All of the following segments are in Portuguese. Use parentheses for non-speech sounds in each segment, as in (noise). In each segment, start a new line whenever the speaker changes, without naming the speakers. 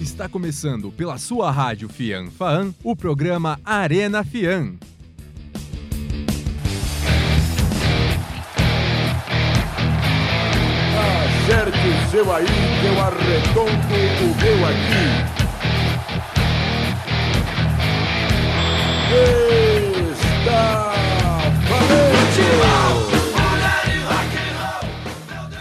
Está começando pela sua rádio Fian Faan o programa Arena Fian.
Acerte o seu aí, que eu arredondo o meu aqui. Está valente!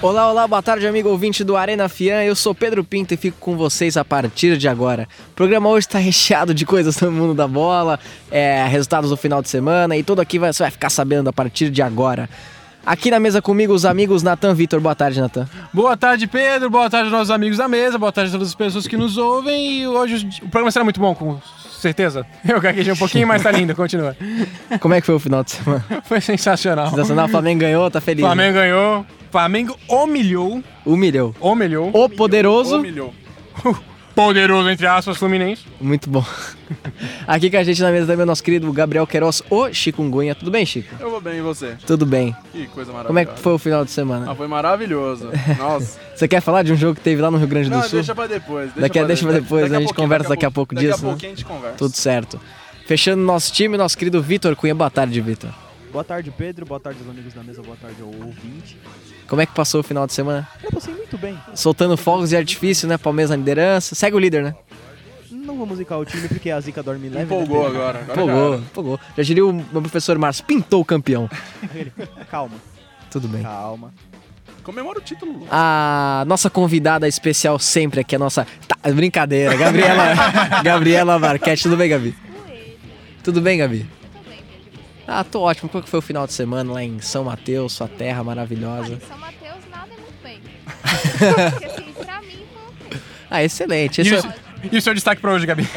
Olá, olá, boa tarde, amigo ouvinte do Arena Fian. Eu sou Pedro Pinto e fico com vocês a partir de agora. O programa hoje está (laughs) recheado de coisas do mundo da bola, é, resultados do final de semana e tudo aqui vai- você vai ficar sabendo a partir de agora. Aqui na mesa comigo os amigos Natan Vitor. Boa tarde, Natan.
Boa tarde, Pedro. Boa tarde, aos nossos amigos da mesa. Boa tarde a todas as pessoas que nos ouvem. E hoje o programa será muito bom, com certeza. (laughs) Eu gaguejei um pouquinho, mas tá lindo.
(laughs)
Continua.
Como é que foi o final de
(laughs)
semana?
Foi sensacional.
Sensacional, o Flamengo ganhou, tá feliz. né?
Flamengo ganhou. Flamengo humilhou.
Humilhou.
Humilhou.
O poderoso.
Humilhou.
Poderoso, entre aspas, Fluminense.
Muito bom. (laughs) Aqui com a gente na mesa também o nosso querido Gabriel Queiroz, o Chikungunya. Tudo bem, Chico?
Eu vou bem, e você?
Tudo bem.
Que coisa
Como é
maravilhosa.
que foi o final de semana?
Ah, foi maravilhoso. Nossa.
Você quer falar de um jogo que teve lá no Rio Grande (laughs) do
Não,
Sul?
deixa pra depois. Deixa
Daqui a-
pra
deixa pra depois, a gente
pouquinho,
conversa daqui a pouco disso,
Daqui
né?
a pouquinho a gente conversa.
Tudo certo. Fechando nosso time, nosso querido Vitor Cunha. Boa tarde, Vitor.
Boa tarde, Pedro. Boa tarde aos amigos da mesa. Boa tarde ao ouvinte.
Como é que passou o final de semana?
Eu passei muito bem.
Soltando fogos de artifício, né? Palmeiras na liderança. Segue o líder, né?
Não vou musicar o time porque a Zica dorme leve.
Empolgou
né,
agora. agora
Empolgou, empolgou. Já diria o meu professor Márcio, pintou o campeão.
Pedro? Calma,
Tudo bem.
calma.
já. Comemora o título.
A nossa convidada especial sempre aqui, a nossa. Tá,
(laughs)
brincadeira, Gabriela, Gabriela Marquete. Tudo bem, Gabi? Tudo bem, Gabi? Ah, tô ótimo. Qual que foi o final de semana lá em São Mateus, sua terra
Olha, em
maravilhosa?
São Mateus nada é
(laughs)
muito bem. Porque assim, pra mim foi ok.
Ah, excelente.
E,
Esse é-
o- e o seu destaque pra hoje, Gabi?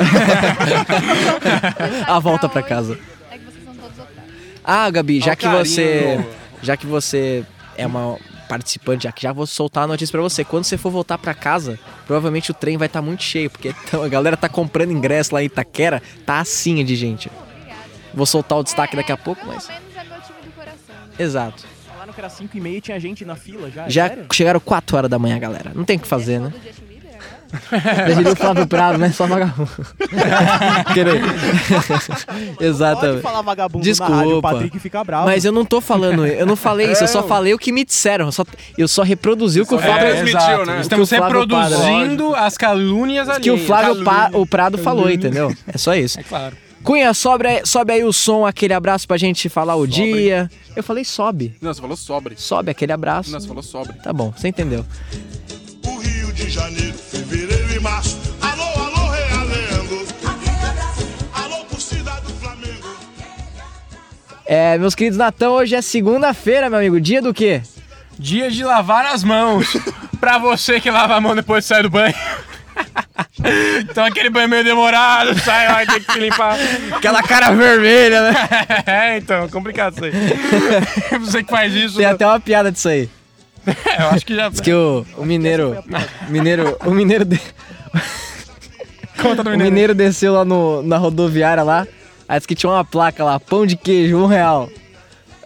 (laughs) A Ah, volta pra casa.
É que vocês são todos otários.
Ah, Gabi, já
Olha o
que você.
carinho.
Já que você é uma participante, já que já vou soltar a notícia pra você. Quando você for voltar pra casa, provavelmente o trem vai estar muito cheio, porque (laughs) então, a galera tá comprando ingresso lá em Itaquera, tá assim de gente.
Pô, obrigada.
Vou soltar o destaque
É,
daqui a
é,
pouco,
pelo
mas.
menos é meu time do coração, né?
Exato.
Falaram que era 5 e meia e tinha gente na fila já? é
Já
sério?
chegaram 4 horas da manhã, galera. Não tem o que fazer,
Todo
né?
dia time líder agora?
É.
Decidiu o Flávio Prado, né? Só vagabundo. (laughs)
(laughs)
Querer.
Pode
Exatamente.
falar vagabundo
tá- Desculpa.
na rádio, o Patrick fica bravo.
Mas eu não tô falando, eu (laughs) não É. falei isso, eu só falei o que me disseram. Eu só, eu só reproduzi o que o
(laughs)
Só
Flávio
transmitiu,
exato.
né?
Estamos
Que o um Flávio
reproduzindo as calúnias ali.
que o Flávio Pa- o Prado falou, entendeu? É só isso.
É claro.
Cunha, sobe aí, sobe aí o som, aquele abraço pra gente falar o dia. Eu falei sobe.
Não, você falou sobre.
Sobe aquele abraço.
Não, você falou sobre.
Tá bom, você entendeu.
O Rio de Janeiro, fevereiro e março. Alô, alô, realengo. Alô, torcida do Flamengo.
É, meus queridos Natan, hoje é segunda-feira, meu amigo. Dia do quê?
Dia de lavar
(laughs)
as mãos. pra você que lava a mão depois de sair do banho. (laughs) então aquele banho meio demorado, sai, vai ter que se limpar. (laughs)
Aquela cara vermelha, né?
é, então, complicado isso aí. (laughs) você que faz isso.
Tem
né?
até uma piada disso aí.
É, eu acho que já.
Que o, o mineiro. Mineiro. O mineiro. de-
Conta do
O mineiro desceu lá no, na rodoviária lá. Aí disse que tinha uma placa lá, pão de queijo, um real.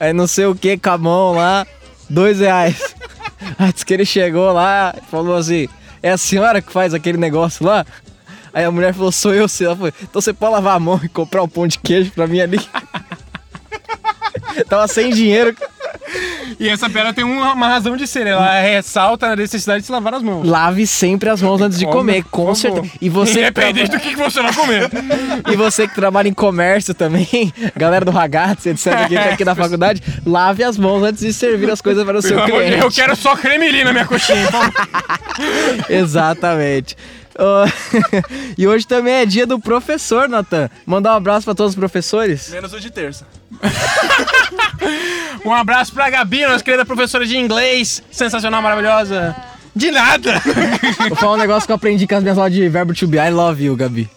Aí não sei o que, com a mão lá, dois reais. (laughs) Aí disse que ele chegou lá e falou assim, é a senhora que faz aquele negócio lá? Aí a mulher falou, sou eu, sim. Ela falou, então você pode lavar a mão e comprar um pão de queijo pra mim ali. (laughs) Tava sem dinheiro,
E essa pedra tem uma, uma razão de ser. Ela ressalta a necessidade de se lavar as mãos.
Lave sempre as mãos antes de
Olha,
comer, com
por favor.
certeza. E você, que
Independente do que, que você vai comer.
E você que trabalha em comércio também, (laughs) galera do Ragazzi, etc, que tá aqui na faculdade, lave as mãos antes de servir as coisas para o seu
Pelo amor de
cliente.
Deus, eu quero só cremelinho na minha coxinha. por favor.
(laughs) Exatamente. Ô, (laughs) e hoje também é dia do professor, Natan. Mandar um abraço para todos os professores.
Menos o de terça.
Um abraço pra Gabi, nossa querida professora de inglês. Sensacional, maravilhosa. De nada! (laughs)
Vou falar um negócio que eu aprendi com as minhas aulas de verbo to be. I love you, Gabi.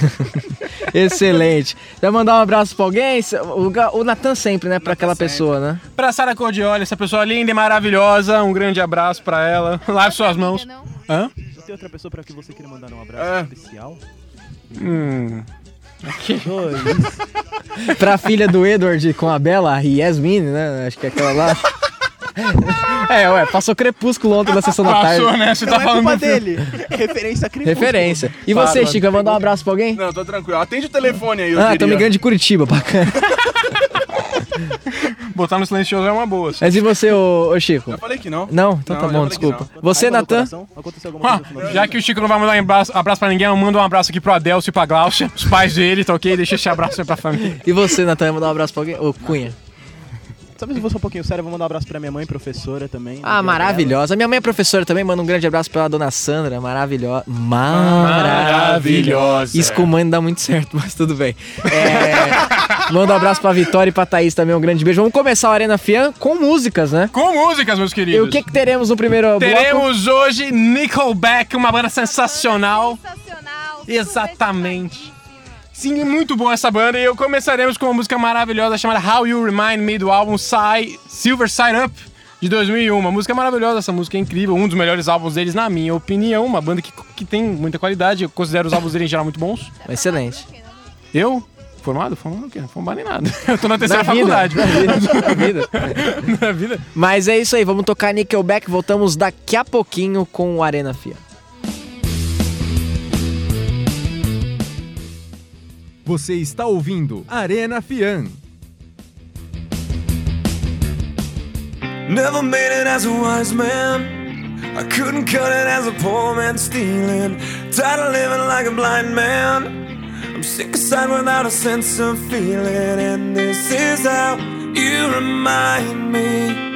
(laughs) Excelente. Quer mandar um abraço pra alguém? O, Ga- o Natan sempre, né? Pra aquela pessoa, né?
Pra Sara Cordioli, essa pessoa linda e maravilhosa. Um grande abraço pra ela. Lave suas mãos.
Ainda não?
Hã?
Tem outra pessoa pra que você queira mandar um abraço
É. (laughs)
especial?
Hum.
Dois.
(laughs)
pra filha do Edward com a Bela, a Yasmin, né? Acho que é aquela lá. É, ué, passou crepúsculo ontem na sessão da tarde.
Passou, né? Você
Não
tá
é
falando
culpa
do filme.
dele. (laughs) É referência a Crepúsculo.
Referência. E
Claro,
você,
mano.
Chico, vai mandar um abraço pra alguém?
Não, tô tranquilo. Atende o telefone aí, eu
ah,
queria.
tô me ligando de Curitiba, bacana.
Botar no silencioso é uma boa. assim.
Mas e você, ô, ô, Chico?
Eu falei que não. Não,
Não? Então
um
tá
já
bom,
falei que
desculpa. Você,
Raiva no
Natan?
coração? Aconteceu alguma
Ah,
coisa no final do
já
ano?
que o Chico não vai mandar um abraço, abraço pra ninguém, eu mando um abraço aqui pro Adelcio e pra Glaucia, os pais dele, tá ok? Deixa esse abraço aí pra família.
E você, Natan, vai mandar um abraço pra alguém? Ô, Cunha.
Sabe se você é um pouquinho sério, eu vou mandar um abraço pra minha mãe, professora também.
Ah, maravilhosa. Minha mãe é professora também, manda um grande abraço pra dona Sandra, maravilhosa. Maravilhosa. Isso com mãe não dá muito certo, mas tudo bem. É, (laughs) manda um abraço pra Vitória e pra Thaís também, um grande beijo. Vamos começar o Arena Fian com músicas, né?
Com músicas, meus queridos.
E o que que teremos no primeiro bloco?
Teremos hoje Nickelback, uma banda sensacional.
Sensacional.
Exatamente. Sim, é muito bom essa banda. E eu começaremos com uma música maravilhosa chamada How You Remind Me, do álbum Sai, Silver Side Up, de 2001. Uma música maravilhosa, essa música é incrível. Um dos melhores álbuns deles, na minha opinião. Uma banda que, que tem muita qualidade. Eu considero os álbuns deles em geral muito bons. (laughs)
Excelente.
Eu, formado? Formado o quê? Não Formado nem nada. Eu tô na terceira
Na vida,
faculdade. (laughs)
na vida, na vida.
Na vida.
Mas é isso aí, vamos tocar Nickelback. Voltamos daqui a pouquinho com o Arena Fia.
Você está ouvindo Arena Fian.
Never made it as a wise man. I couldn't cut it as a poor man stealing. Tired of living like a blind man. I'm sick aside without a sense of feeling. And this is how you remind me.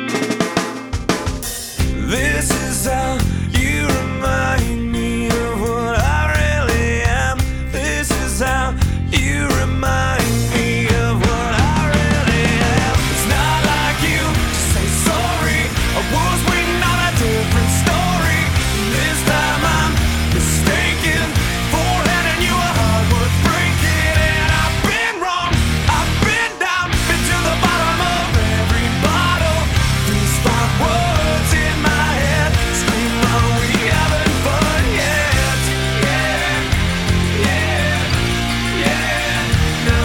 This is how you remind me of what I really am. This is how you remind me of what I really am. It's not like you to say sorry. I was waiting on a different story. This time I'm mistaken for letting you a heart worth breaking. And I've been wrong. I've been down, been to the bottom of every bottle. These five words in my head scream, "Are we having fun yet?" Yeah, yeah, yeah. No,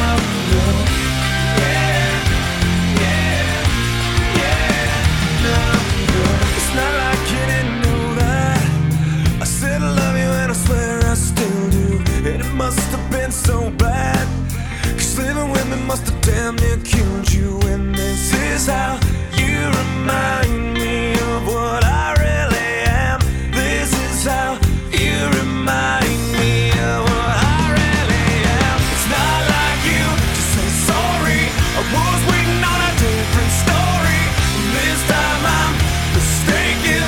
no, yeah. It's not like you didn't know that. I said I love you and I swear I still do. And it must have been so bad. Cause living with me must have damn near killed you. And this is how you remind me of what I really am. This is how you remind me of what I really am. It's not like you to say sorry. I was waiting on a different story. This time I'm mistaken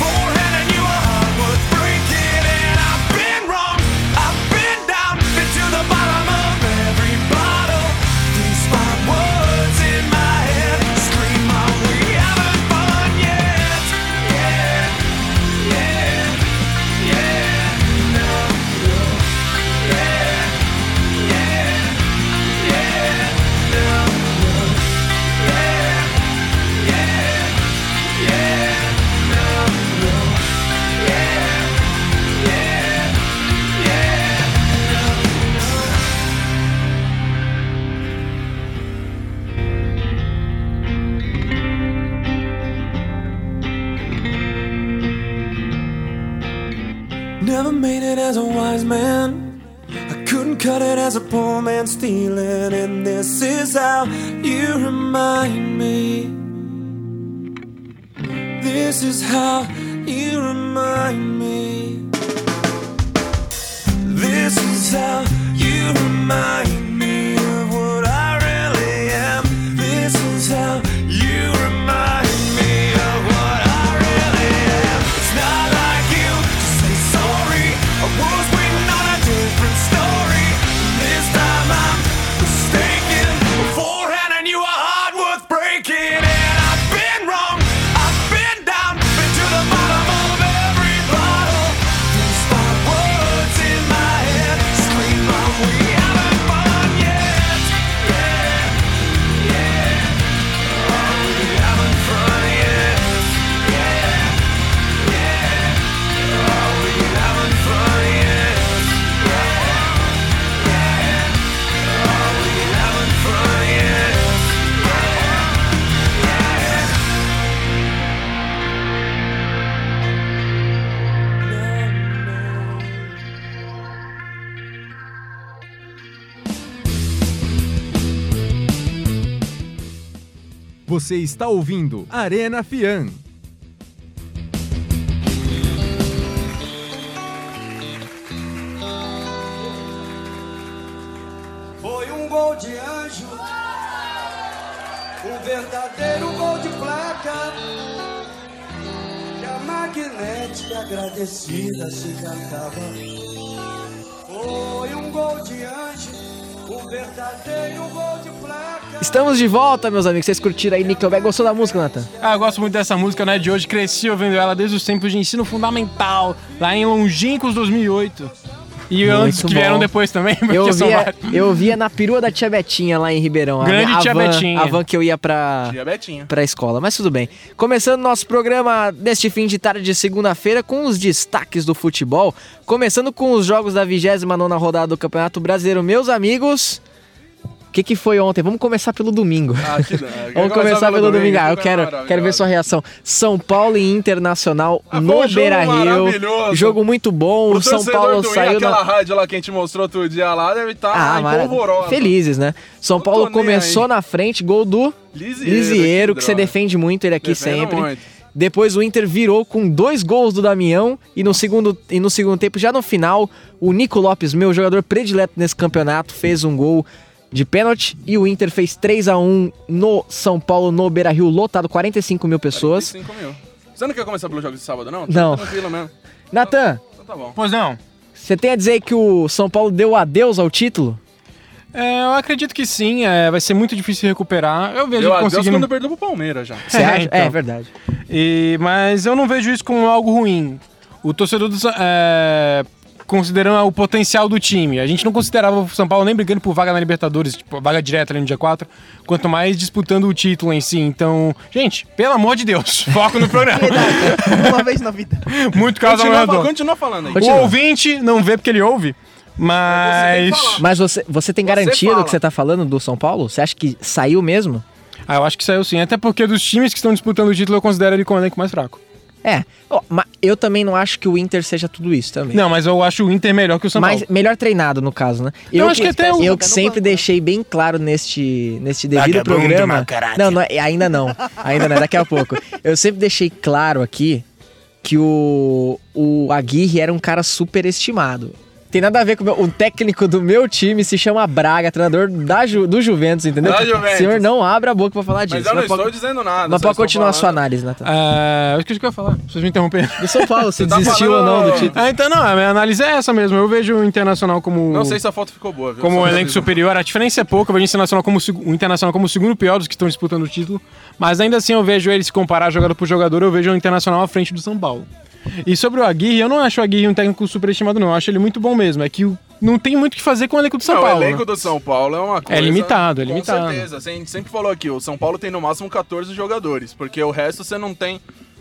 for handing you a heart worth breaking. And I've been wrong. I've been down, been to the bottom of every bottle. These five words in my head scream, "Are we having fun yet?" Yeah, yeah, yeah. No, no, yeah, yeah, yeah. No, no, yeah, yeah, yeah. No, no, yeah, yeah, yeah. Never made it as a wise man. I couldn't cut it as a poor man stealing. And this is how you remind me. This is how you remind me. This is how you remind me of what I really am. This is how you remind me of what I really am. It's not like you to say sorry. I was waiting on a different story. This time I'm mistaken for handing you a heart worth breaking. And I've been wrong. I've been down, been to the bottom of every bottle. These five words in my head scream, "Are we having fun?"
Você está ouvindo Arena Fian.
Foi um gol de anjo, um verdadeiro gol de placa. Que a magnética agradecida se cantava. Foi um gol de anjo, um verdadeiro gol de placa.
Estamos de volta, meus amigos. Vocês curtiram aí, Nickelback? Gostou da música, Nathan?
Ah, eu gosto muito dessa música, né? De hoje, cresci ouvindo ela desde os tempos de ensino fundamental, lá em longínquos 2008. E
Muito
antes que vieram
bom.
depois também, (laughs)
é
porque
Eu
são
via,
vários.
eu via na perua da Tia Betinha lá em Ribeirão. a
Grande
minha- a
Tia
van-
Betinha.
A van que eu ia pra,
Tia Betinha.
pra escola, mas tudo bem. Começando nosso programa deste fim de tarde de segunda-feira com os destaques do futebol. Começando com os jogos da 29ª rodada do Campeonato Brasileiro. Meus amigos, o que, que foi ontem? Vamos começar pelo domingo.
Ah, que dá.
(laughs) Vamos começar pelo domingo. Ah, eu
Coisa
quero,
maravilhosa.
quero ver sua reação. São Paulo e Internacional
Ah, foi um
no
jogo
Beira-Rio.
maravilhoso.
Jogo muito bom. O São
torcedor
Paulo
do Inter,
saiu
Aquela
na...
rádio lá que a gente mostrou outro dia lá deve estar
Ah,
tá
mara-
empolvorosa.
felizes, né? São
Não tô
Paulo
nem
começou
aí.
na frente, gol do
Lisieiro,
Lisieiro, que você
droga.
defende muito ele aqui
Defendo
sempre.
muito.
Depois o Inter virou com dois gols do Damião e no, segundo, e no segundo tempo, já no final, o Nico Lopes, meu jogador predileto nesse campeonato, fez um gol de pênalti e o Inter fez 3 a 1 no São Paulo, no Beira-Rio, lotado 45 mil pessoas.
35 mil. Você não quer começar pelo jogo de sábado, não?
Não.
Tá tranquilo mesmo.
Natan,
Então tá bom.
Pois não.
você tem a dizer que o São Paulo deu adeus ao título?
É, eu acredito que sim, é, vai ser muito difícil recuperar. Eu vejo
Deu
que
adeus
conseguindo.
quando perdeu pro Palmeiras já.
Você
(laughs) É,
acha?
então.
É verdade.
E- mas eu não vejo isso como algo ruim. O torcedor do Sa- é, considerando o potencial do time. A gente não considerava o São Paulo nem brigando por vaga na Libertadores, tipo, vaga direta ali no dia 4, quanto mais disputando o título em si. Então, gente, pelo amor de Deus, (laughs) foco no programa.
(laughs)
(laughs) Uma vez na vida.
Muito caso ao meu
Continua,
redor.
continua falando aí.
O
Continua.
ouvinte não vê porque ele ouve, mas.
Mas você, você tem garantia do
fala.
que você tá falando do São Paulo? Você acha que saiu mesmo?
Ah, eu acho que saiu sim. Até porque dos times que estão disputando o título, eu considero ele como o elenco mais fraco.
É. Ó, mas eu também não acho que o Inter seja tudo isso também.
Não, mas eu acho o Inter melhor que o São
mas
Paulo.
melhor treinado, no caso, né?
Eu acho que até o-
eu que sempre deixei bem claro neste, neste devido programa. Não, não, é- ainda não. Ainda não, é daqui a pouco. Eu sempre deixei claro aqui que o, o Aguirre era um cara superestimado. Tem nada a ver com o meu. O técnico do meu time se chama Braga, treinador da Ju- do Juventus, entendeu?
Da Juventus.
Senhor, não abra a boca pra falar disso.
Mas eu não
Mas
estou
pode-
dizendo nada.
Mas
só
pode
estou
continuar a sua
falando.
análise, Natan.
Ah, eu esqueci o que eu ia falar. Vocês me interromperam.
Do São Paulo, se
tá
desistiu ou
falando-
(laughs) não do título.
Ah, então não, a minha análise é essa mesmo. Eu vejo o Internacional como.
Não sei se a foto ficou boa, viu?
Como
Só
um
pra
elenco
avisar.
superior, a diferença é pouca. Eu vejo o Internacional como, o seg- o Internacional como o segundo pior dos que estão disputando o título. Mas ainda assim, eu vejo ele se comparar jogador por jogador. Eu vejo o Internacional à frente do São Paulo. E sobre o Aguirre, eu não acho o Aguirre um técnico superestimado, não. Eu acho ele muito bom mesmo. É que o- não tem muito o que fazer com o elenco do São
Não,
Paulo.
o elenco
né?
do São Paulo é uma coisa...
limitado, é limitado.
Com certeza. A gente sempre falou aqui, o São Paulo tem no máximo 14 jogadores, porque o resto você não tem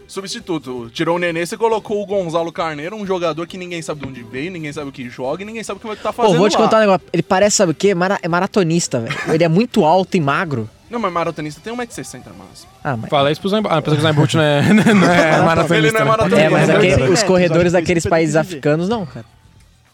substituto. Tirou o Nenê, você colocou o Gonzalo Carneiro, um jogador que ninguém sabe de onde veio, ninguém sabe o que joga e ninguém sabe o que vai estar
Pô,
fazendo
vou te
lá.
contar um negócio. Ele parece, sabe o quê? Mara- é maratonista, velho. Ele é muito alto e magro.
Não, mas maratonista tem 1,60m máximo.
Ah, mas.
Fala isso pro Zamb... Ah, apesar que o Zambolt não é, (laughs) não é maratonista.
Ele não é
né?
maratonista.
É, mas
Ele é
aquele-
dois
os
metros,
corredores
acho que
daqueles
isso é
países
difícil.
africanos não, cara.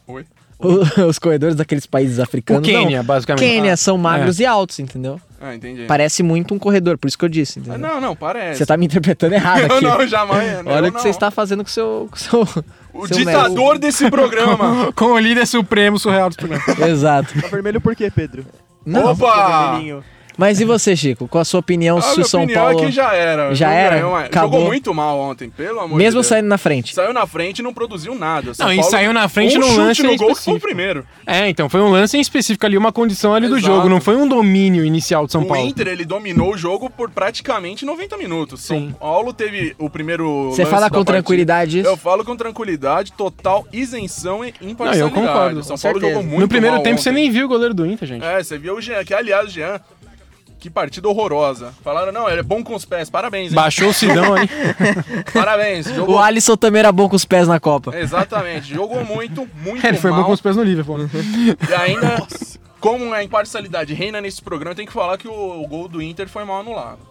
Oi?
O- (laughs) os corredores daqueles países africanos
O
não.
Quênia, basicamente.
Quênia são magros
é.
e altos, entendeu?
Ah, entendi.
Parece muito um corredor, por isso que eu disse,
Ah,
entendeu?
Não, não, parece.
Você tá me interpretando errado
Eu (laughs)
aqui.
não, jamais.
(laughs) Olha
eu
o que
não.
você está fazendo com o seu. Com seu
O
seu
ditador desse
(laughs)
programa.
(laughs) Com o líder supremo surreal do programa.
(laughs)
mestre. Exato.
Tá vermelho por quê, Pedro?
Não.
Opa!
Vermelhinho.
Mas e você, Chico? Qual a sua opinião
A
se
minha
o São
opinião
Paulo.
é que já era.
Já
Não
era?
ganhou, é.
Acabou.
Jogou muito mal ontem, pelo amor de
mesmo
Deus.
saindo na frente?
Saiu na frente e não produziu nada. São
Não, e
Paulo-
saiu na frente
um
num
chute
lance
no
em
gol que foi o
específico.
primeiro.
É, então, foi um lance em específico ali, uma condição ali do
Exato.
jogo. Não foi um domínio inicial do São
o
Paulo.
Inter, ele dominou o jogo por praticamente 90 minutos.
Sim.
São Paulo teve o primeiro
Você
lance
fala
da
com
partida.
tranquilidade isso?
Eu falo com tranquilidade, total isenção e imparcialidade.
concordo,
São
com
Paulo
certeza.
jogou muito
no primeiro
mal
tempo
ontem.
você nem viu o goleiro do Inter, gente.
É, você viu o Jean, que aliás, Jean, que partida horrorosa. Falaram, não, ele é bom com os pés, parabéns, hein?
Baixou o Sidão
(laughs)
aí. (laughs)
Parabéns,
O
jogou...
Alisson também era bom com os pés na Copa.
Exatamente, jogou muito, muito
(laughs) Ele foi bom
mal.
com os pés no Liverpool. né?
E ainda, é como a imparcialidade reina nesse programa, tem que falar que o, o gol do Inter foi mal anulado.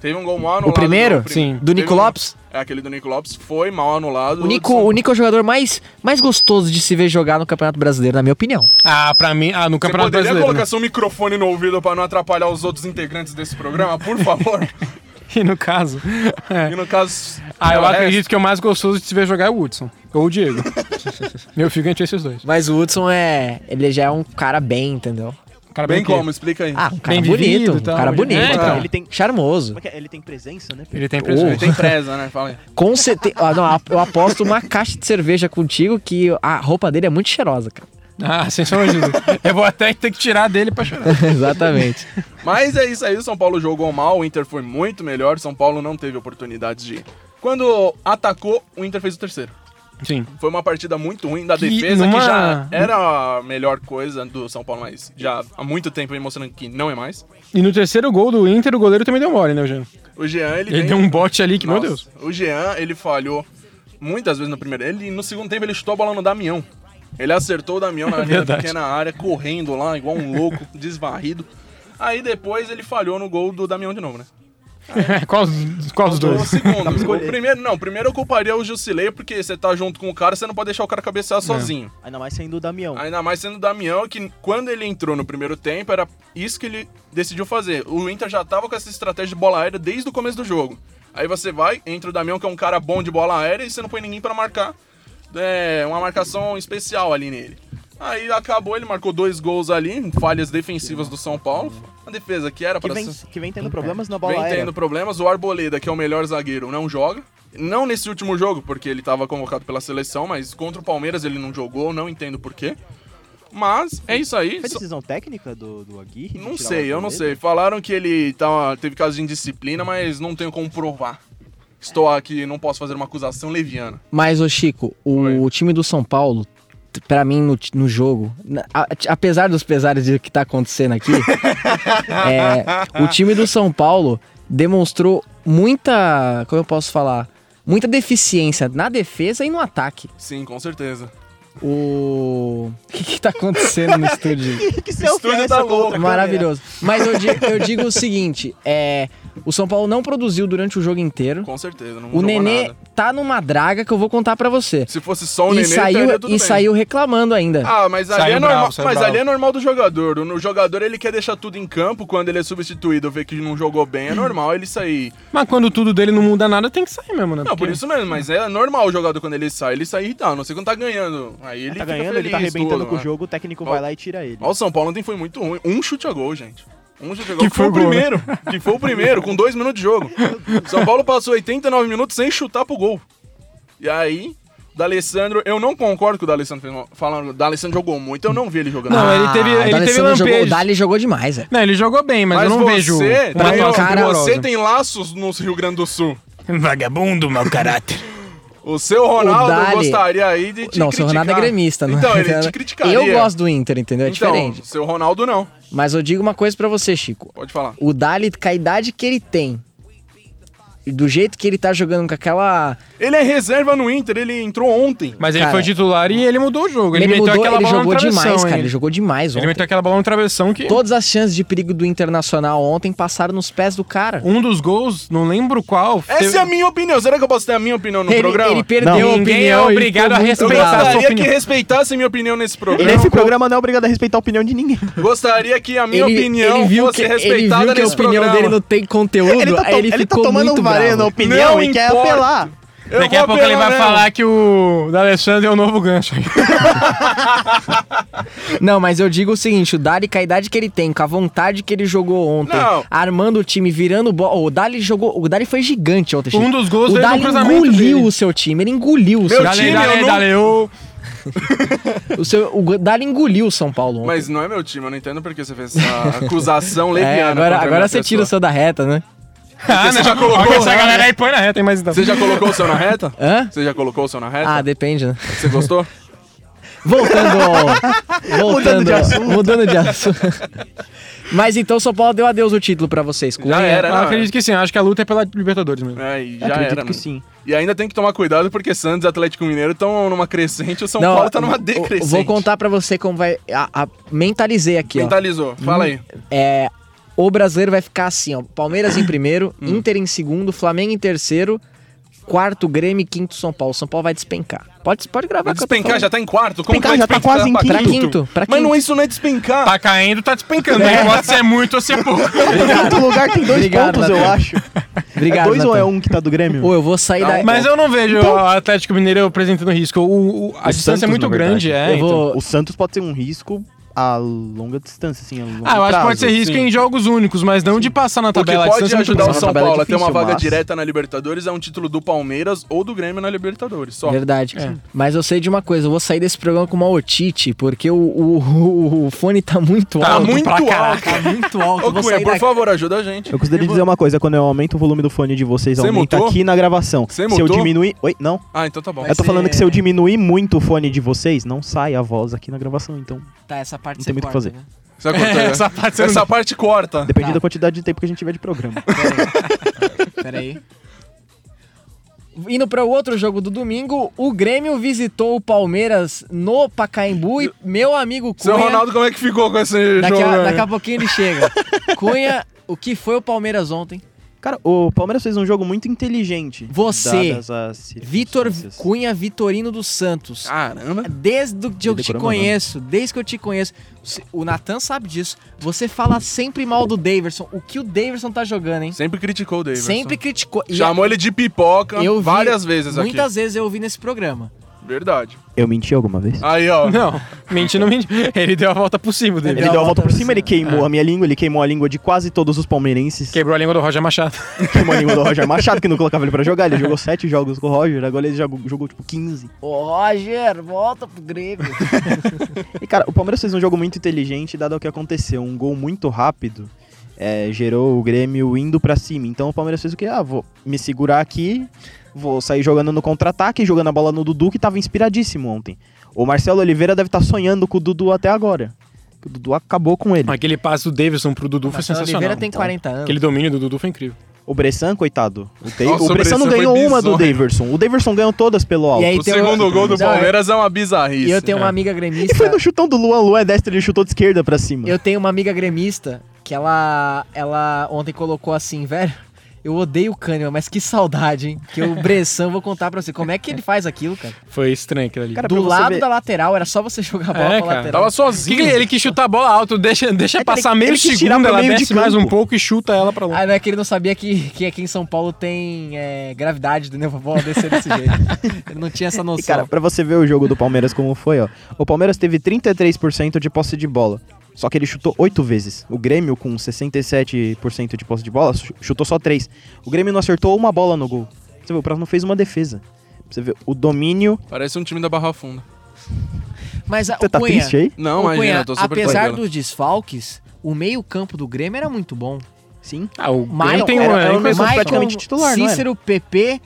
Teve um gol mal anulado.
O primeiro?
no prim-
Sim.
Do
Teve
Nico
um-
Lopes?
É, aquele do Nico Lopes foi mal anulado.
O Nico, o Nico é o jogador mais, mais gostoso de se ver jogar no Campeonato Brasileiro, na minha opinião.
Ah, pra mim. Ah, no
Você
Campeonato
poderia
Brasileiro.
né?
colocar seu microfone no ouvido pra não atrapalhar os outros integrantes desse programa, por
(laughs)
favor?
né? (laughs) E no caso. é.
e no caso...
Ah, eu
é o resto.
acredito que o mais gostoso de se ver jogar é o Hudson. Ou
(laughs)
o Diego. eu fico entre esses dois.
Mas o Hudson é. Ele já é um cara bem, entendeu?
O Cara,
Bem
o quê?
como? Explica aí.
Ah, um cara
Bem vivido
bonito.
e tal.
um cara
Ele-
bonito.
É,
então.
Ele tem-
Charmoso.
Como é que é? Ele tem presença, né?
Ele tem
Ele
presença.
tem presa, né? Fala aí.
Com certeza. Ah, não, a- eu aposto uma caixa de cerveja contigo que a roupa dele é muito cheirosa,
(laughs)
cara.
Ah, sem sombra de dúvida. Eu vou até ter que tirar dele pra
(laughs)
chorar.
Exatamente.
Mas é isso aí, o São Paulo jogou mal, o Inter foi muito melhor, o São Paulo não teve oportunidades de... Quando atacou, o Inter fez o terceiro.
Sim.
Foi uma partida muito ruim da
Que
defesa,
numa-
que já era a melhor coisa do São Paulo, mas já há muito tempo vem mostrando que não é mais.
E no terceiro gol do Inter, o goleiro também deu mole, né, Eugênio?
O Jean, ele,
Ele
vem-
deu um bote ali que,
Nossa,
meu Deus. (laughs)
O Jean, ele falhou muitas vezes no primeiro. Ele, no segundo tempo, ele chutou a bola no Damião. Ele acertou o Damião
(laughs)
na
Verdade.
pequena área, correndo lá, igual um louco, (laughs) desvarrido. Aí depois ele falhou no gol do Damião de novo, né?
qual, os- qual os
O
dois? (laughs)
segundo. o primeiro, não, o primeiro eu culparia o Jusilei, porque você tá junto com o cara, você não pode deixar o cara cabecear sozinho.
Ainda mais saindo o Damião.
Ainda mais sendo o Damião, que quando ele entrou no primeiro tempo, era isso que ele decidiu fazer. O Inter já tava com essa estratégia de bola aérea desde o começo do jogo. Aí você vai, entra o Damião, que é um cara bom de bola aérea, e você não põe ninguém pra marcar. É uma marcação especial ali nele. Aí acabou, ele marcou dois gols ali, falhas defensivas do São Paulo. A defesa que era
Que
para
vem, que vem tendo problemas na bola
É. Vem
aérea.
tendo problemas. O Arboleda, que é o melhor zagueiro, não joga. Não nesse último jogo, porque ele estava convocado pela seleção, mas contra o Palmeiras ele não jogou, não entendo porquê. Mas é isso aí.
Foi
Só-
decisão técnica do, do Aguirre? de
Não
tirar o
sei, eu não
Arboleda?
sei. Falaram que ele tá, teve caso de indisciplina, mas não tenho como provar. Estou
É.
aqui, não posso fazer uma acusação leviana.
Mas, ô Chico, o
Oi.
time do São Paulo, t- pra mim, no, ti- no jogo, na- a- t- apesar dos pesares de que tá acontecendo
(laughs)
aqui, é, o time do São Paulo demonstrou muita. Como eu posso falar? Muita deficiência na defesa e no ataque.
Sim, com certeza.
O. O (laughs) que, que tá acontecendo no estúdio?
que selfie
Estúdio
é
da
essa
louca,
contra a
Maravilhoso. Mas eu digo, eu digo o seguinte: é, o São Paulo não produziu durante o jogo inteiro.
Com certeza. Não
O
jogou
Nenê
nada.
tá numa draga que eu vou contar pra você.
Se fosse só o
E
Nenê,
saiu,
estaria tudo
e
bem.
saiu reclamando ainda.
Ah, mas ali,
Saiu
é,
bravo,
normal,
saiu
mas
bravo.
ali é normal do jogador. O jogador ele quer deixar tudo em campo quando ele é substituído, vê que não jogou bem, é normal ele sair.
Mas quando tudo dele não muda nada, tem que sair mesmo, né?
Não, por
Porque-
isso mesmo, mas é normal o jogador quando ele sai, ele sai irritado. A não sei quando tá ganhando. Aí ele
Tá
fica
ganhando, ele tá
feliz,
arrebentando
tudo,
com o
né?
jogo, o técnico vai lá e tira ele.
Ó, o São Paulo ontem foi muito ruim. Um chute a gol, gente. Um chute a gol.
Que foi
o
gol, né?
primeiro. Que foi o primeiro, com dois minutos de (laughs) jogo. São Paulo passou 89 minutos sem chutar pro gol. E aí, D'Alessandro, eu não concordo com o D'Alessandro fez uma- falando. D'Alessandro jogou muito, eu não vi ele jogando.
Não, ele teve-
o
ele
D'Alessandro
teve
Ah, jogou,
lampejos.
O Dali jogou demais, é.
Não, né, ele jogou bem, mas, eu não
você
vejo. um assim
Tem,
uma atuação
cara-
primorosa.
você um tem laços no Rio Grande do Sul.
Vagabundo, mau caráter.
O seu Ronaldo
Dali-
gostaria aí de te
Não, o seu
criticar.
Ronaldo é gremista, não
Então, ele te criticaria.
(laughs) Eu gosto do Inter, entendeu? É
Então,
diferente.
o seu Ronaldo não.
Mas eu digo uma coisa pra você, Chico.
Pode falar.
O Dali, com a idade que ele tem, e do jeito que ele tá jogando com aquela.
Ele é reserva no Inter, ele entrou ontem.
(laughs) Mas ele
Cara,
foi titular e ele mudou o jogo. Ele, meteu
mudou,
aquela
ele
bola
jogou
no travessão.
demais,
hein?
cara. Ele jogou demais
Ele
ontem.
meteu aquela bola no travessão que.
Todas as chances de perigo do Internacional ontem passaram nos pés do cara.
Um dos gols, não lembro qual.
Essa
teve-
é a minha opinião. Será que eu posso ter a minha opinião no
ele,
programa?
ele perdeu
Não,
a
ninguém
opinião
é
e
obrigado
ficou
a
muito
eu
respeitar.
bravo.
a sua
gostaria que
opinião.
respeitasse minha opinião nesse programa.
Nesse programa não é obrigado a respeitar a opinião de ninguém.
Gostaria que a minha
ele,
opinião
ele viu
fosse
que, ele
respeitada
viu que a
nesse
opinião
programa.
dele não tem conteúdo, aí
é,
ele,
ele tá
ficou
tomando
muito
um vareio na
bravo.
opinião
Não
e quer
importa.
apelar. Tá
Eu
Daqui a
vou
pouco ele vai
apelar mesmo.
falar que o D'Alessandro é o novo gancho.
Não, mas eu digo o seguinte, o Dali, com a idade que ele tem, com a vontade que ele jogou ontem,
Não.
armando o time, virando bola... O Dali jogou... O Dali foi gigante ontem, Chico.
Um dos gols
O
dele
Dali
no cruzamento
engoliu
dele.
o seu time, ele engoliu o seu
Meu time, é
Dale,
eu
dale,
não-
dale, ô.
O, seu, o Dali engoliu o São Paulo ontem.
Mas não é meu time, eu não entendo por que você fez essa acusação
(laughs) É,
leviana.
agora agora você tira o
seu.
seu da reta, né?
Ah,
você
não.
já colocou
Olha
o
essa
Dale.
galera aí põe na reta, hein, mas então.
Você já colocou o seu na reta?
Hã?
Você já colocou o seu na reta?
É. Ah, depende, né? (laughs)
Você gostou?
Voltando. ao- voltando
de assunto.
Mudando de assunto. (laughs) Mas então São Paulo deu adeus o título pra vocês.
Já era,
Eu
né?
acredito que sim, eu acho que a luta é pela Libertadores mesmo.
É, e já
Acredito
era,
que
né?
sim.
E ainda tem que tomar cuidado porque Santos e Atlético Mineiro estão numa crescente, o São
Não,
Paulo tá numa
eu- eu- eu
decrescente.
Vou contar pra você como vai. a- a- mentalizei aqui, ó.
Mentalizou, fala aí.
É, o brasileiro vai ficar assim, ó. Palmeiras em primeiro, Inter em segundo, Flamengo em terceiro, quarto Grêmio e quinto São Paulo. São Paulo vai despencar. Pode, pode gravar.
Vai
que eu tô
despencar, já
falando.
tá em quarto. Como
Despencar,
que vai
já tá
despencar
quase em
pra
quinto.
Pra quinto, pra
Mas
quinto.
não, isso não é despencar.
Tá caindo, tá despencando. né? Pode ser muito ou ser
(laughs)
pouco.
O quinto lugar tem dois
Obrigado,
pontos, eu
Natan.
acho.
Obrigado,
é dois ou
Natan.
é um que tá do Grêmio?
Ou eu vou sair da...
Mas eu não vejo o Atlético Mineiro apresentando risco. O, o- a
Então- O
distância é
Santos,
muito
na verdade.
grande, é.
Eu
então.
vou-
O Santos pode ser um risco a longa distância, assim, a longo
Ah, eu acho que pode ser
prazo. assim.
risco em jogos únicos, mas não de passar na
O que
tabela. a
pode
distância é muito
ajudar o
grande.
São
tabela é
Paulo a ter uma
difícil,
vaga
mas-
direta na Libertadores é um título do Palmeiras ou do Grêmio na Libertadores. Só.
Verdade.
É.
Mas eu sei de uma coisa, eu vou sair desse programa com uma otite, porque o, o, o- o fone tá muito
Tá
alto.
muito
pra
alto.
caraca, Tá muito alto.
Ô,
eu vou
Cunha,
sair
por
daqui.
favor, ajuda a gente.
Eu gostaria de dizer uma coisa, quando eu aumento o volume do fone de vocês,
Você
aumenta
mutou?
aqui na gravação.
Você
Se eu
mutou?
diminuir... Oi, não.
Ah, então tá bom.
eu tô
ser-
falando que se eu diminuir muito o fone de vocês, não sai a voz aqui na gravação, então...
Tá, essa parte
Não
você
tem muito o que
corta,
fazer.
né?
Você vai cortar, né?
Essa parte você não-
Essa parte corta.
Depende
Tá.
da quantidade de tempo que a gente tiver de
(laughs)
programa.
Peraí. Indo para o outro jogo do domingo, o Grêmio visitou o Palmeiras no Pacaembu e meu amigo Cunha.
Seu Ronaldo, como é que ficou com esse
daqui,
jogo?
a,
né?
daqui a pouquinho
(laughs)
ele chega. Cunha, o que foi o Palmeiras ontem?
Cara, o Palmeiras fez um jogo muito inteligente.
Você,
dadas as
Vitor
circunstâncias.
Cunha Vitorino dos Santos.
Caramba.
Desde que eu te
decorou meu nome.
conheço, desde que eu te conheço, se- o Natan sabe disso. Você fala sempre mal do Daverson. O que o Daverson tá jogando, hein?
Sempre criticou o Davis.
Sempre criticou. E
Chamou ele de pipoca
eu vi
várias vezes aqui.
Muitas vezes eu ouvi nesse programa.
Verdade.
Eu menti alguma vez?
Ah,
Aí, ó.
Não, (laughs) mente não mente. Ele deu a volta por cima dele.
Ele
deu
deu
a
a volta
volta assim, é.
por
por
cima, ele queimou a minha língua, ele queimou a língua de quase todos os palmeirenses.
Quebrou a língua do Roger Machado. (laughs)
Queimou a língua do
(laughs)
Roger Machado, que não colocava ele pra jogar. Ele jogou sete jogos com o Roger, agora ele jogou, jogou tipo 15.
Ô, Roger, volta pro
(laughs)
Grêmio.
E, cara, o Palmeiras fez um jogo muito inteligente, dado o que aconteceu. Um gol muito rápido é, gerou o Grêmio indo pra cima. Então o Palmeiras fez o quê? Ah, vou me segurar aqui, vou sair jogando no contra-ataque, jogando a bola no Dudu, que tava inspiradíssimo ontem. O Marcelo Oliveira deve estar sonhando com o Dudu até agora. O Dudu acabou com ele.
Aquele passe do Davidson pro Dudu foi
Marcelo
sensacional.
Oliveira tem
Então,
40 anos.
Aquele domínio do Dudu foi incrível.
O Bressan, coitado. O, Dei-
Nossa,
o
o
Bressan não
Bressan
ganhou
foi
uma do
bizonho.
Daverson. O Daverson ganhou todas pelo alto.
E
E,
aí
O
tem
segundo gol do
Não,
Palmeiras é uma
então, E
bizarrice.
eu
é.
tenho uma amiga
foi
gremista.
no chutão do Luan. Luan é destro, ele chutou de esquerda pra
né?
cima.
Eu tenho uma amiga gremista que ela, ela ontem colocou assim, velho. Eu odeio o Kahneman, mas que saudade, hein? Que o Bressan, eu vou contar pra você. Como é que ele faz aquilo, cara?
Foi estranho aquilo ali.
Cara, pra
Do
você
lado
ver-
da lateral, era só você jogar a bola
É,
pra
cara.
lateral.
Tava
Que
sozinho.
que ele, ele que chuta a bola alto, deixa, deixa
É,
passar
ele-
meio
ele que tira
segundo,
pro
ela
meio de
desce mais um
campo.
pouco e chuta ela pra longe.
Ah, não é que ele não sabia que, que aqui em São Paulo tem é, gravidade, entendeu? Pra bola descer desse jeito.
(laughs)
Ele não tinha essa
E,
noção.
cara, pra você ver o jogo do Palmeiras como foi, ó. O Palmeiras teve 33% de posse de bola. Só que ele chutou oito vezes. O Grêmio, com 67% de posse de bola, chu- chutou só três. O Grêmio não acertou uma bola no gol. Você vê, o Prato não fez uma defesa. Pra Você vê, o domínio...
Parece um time da Barra Funda.
Mas a,
Você tá
Cunha,
triste aí?
Não,
Ô,
imagina,
Cunha,
eu tô super
apesar
tranquilo.
dos desfalques, o meio-campo do Grêmio era muito bom.
Sim.
Ah, o
Maicon-
Grêmio tem um...
era- era
é
o mesmo
impressionante.
praticamente titular, não era?
Cícero, PP,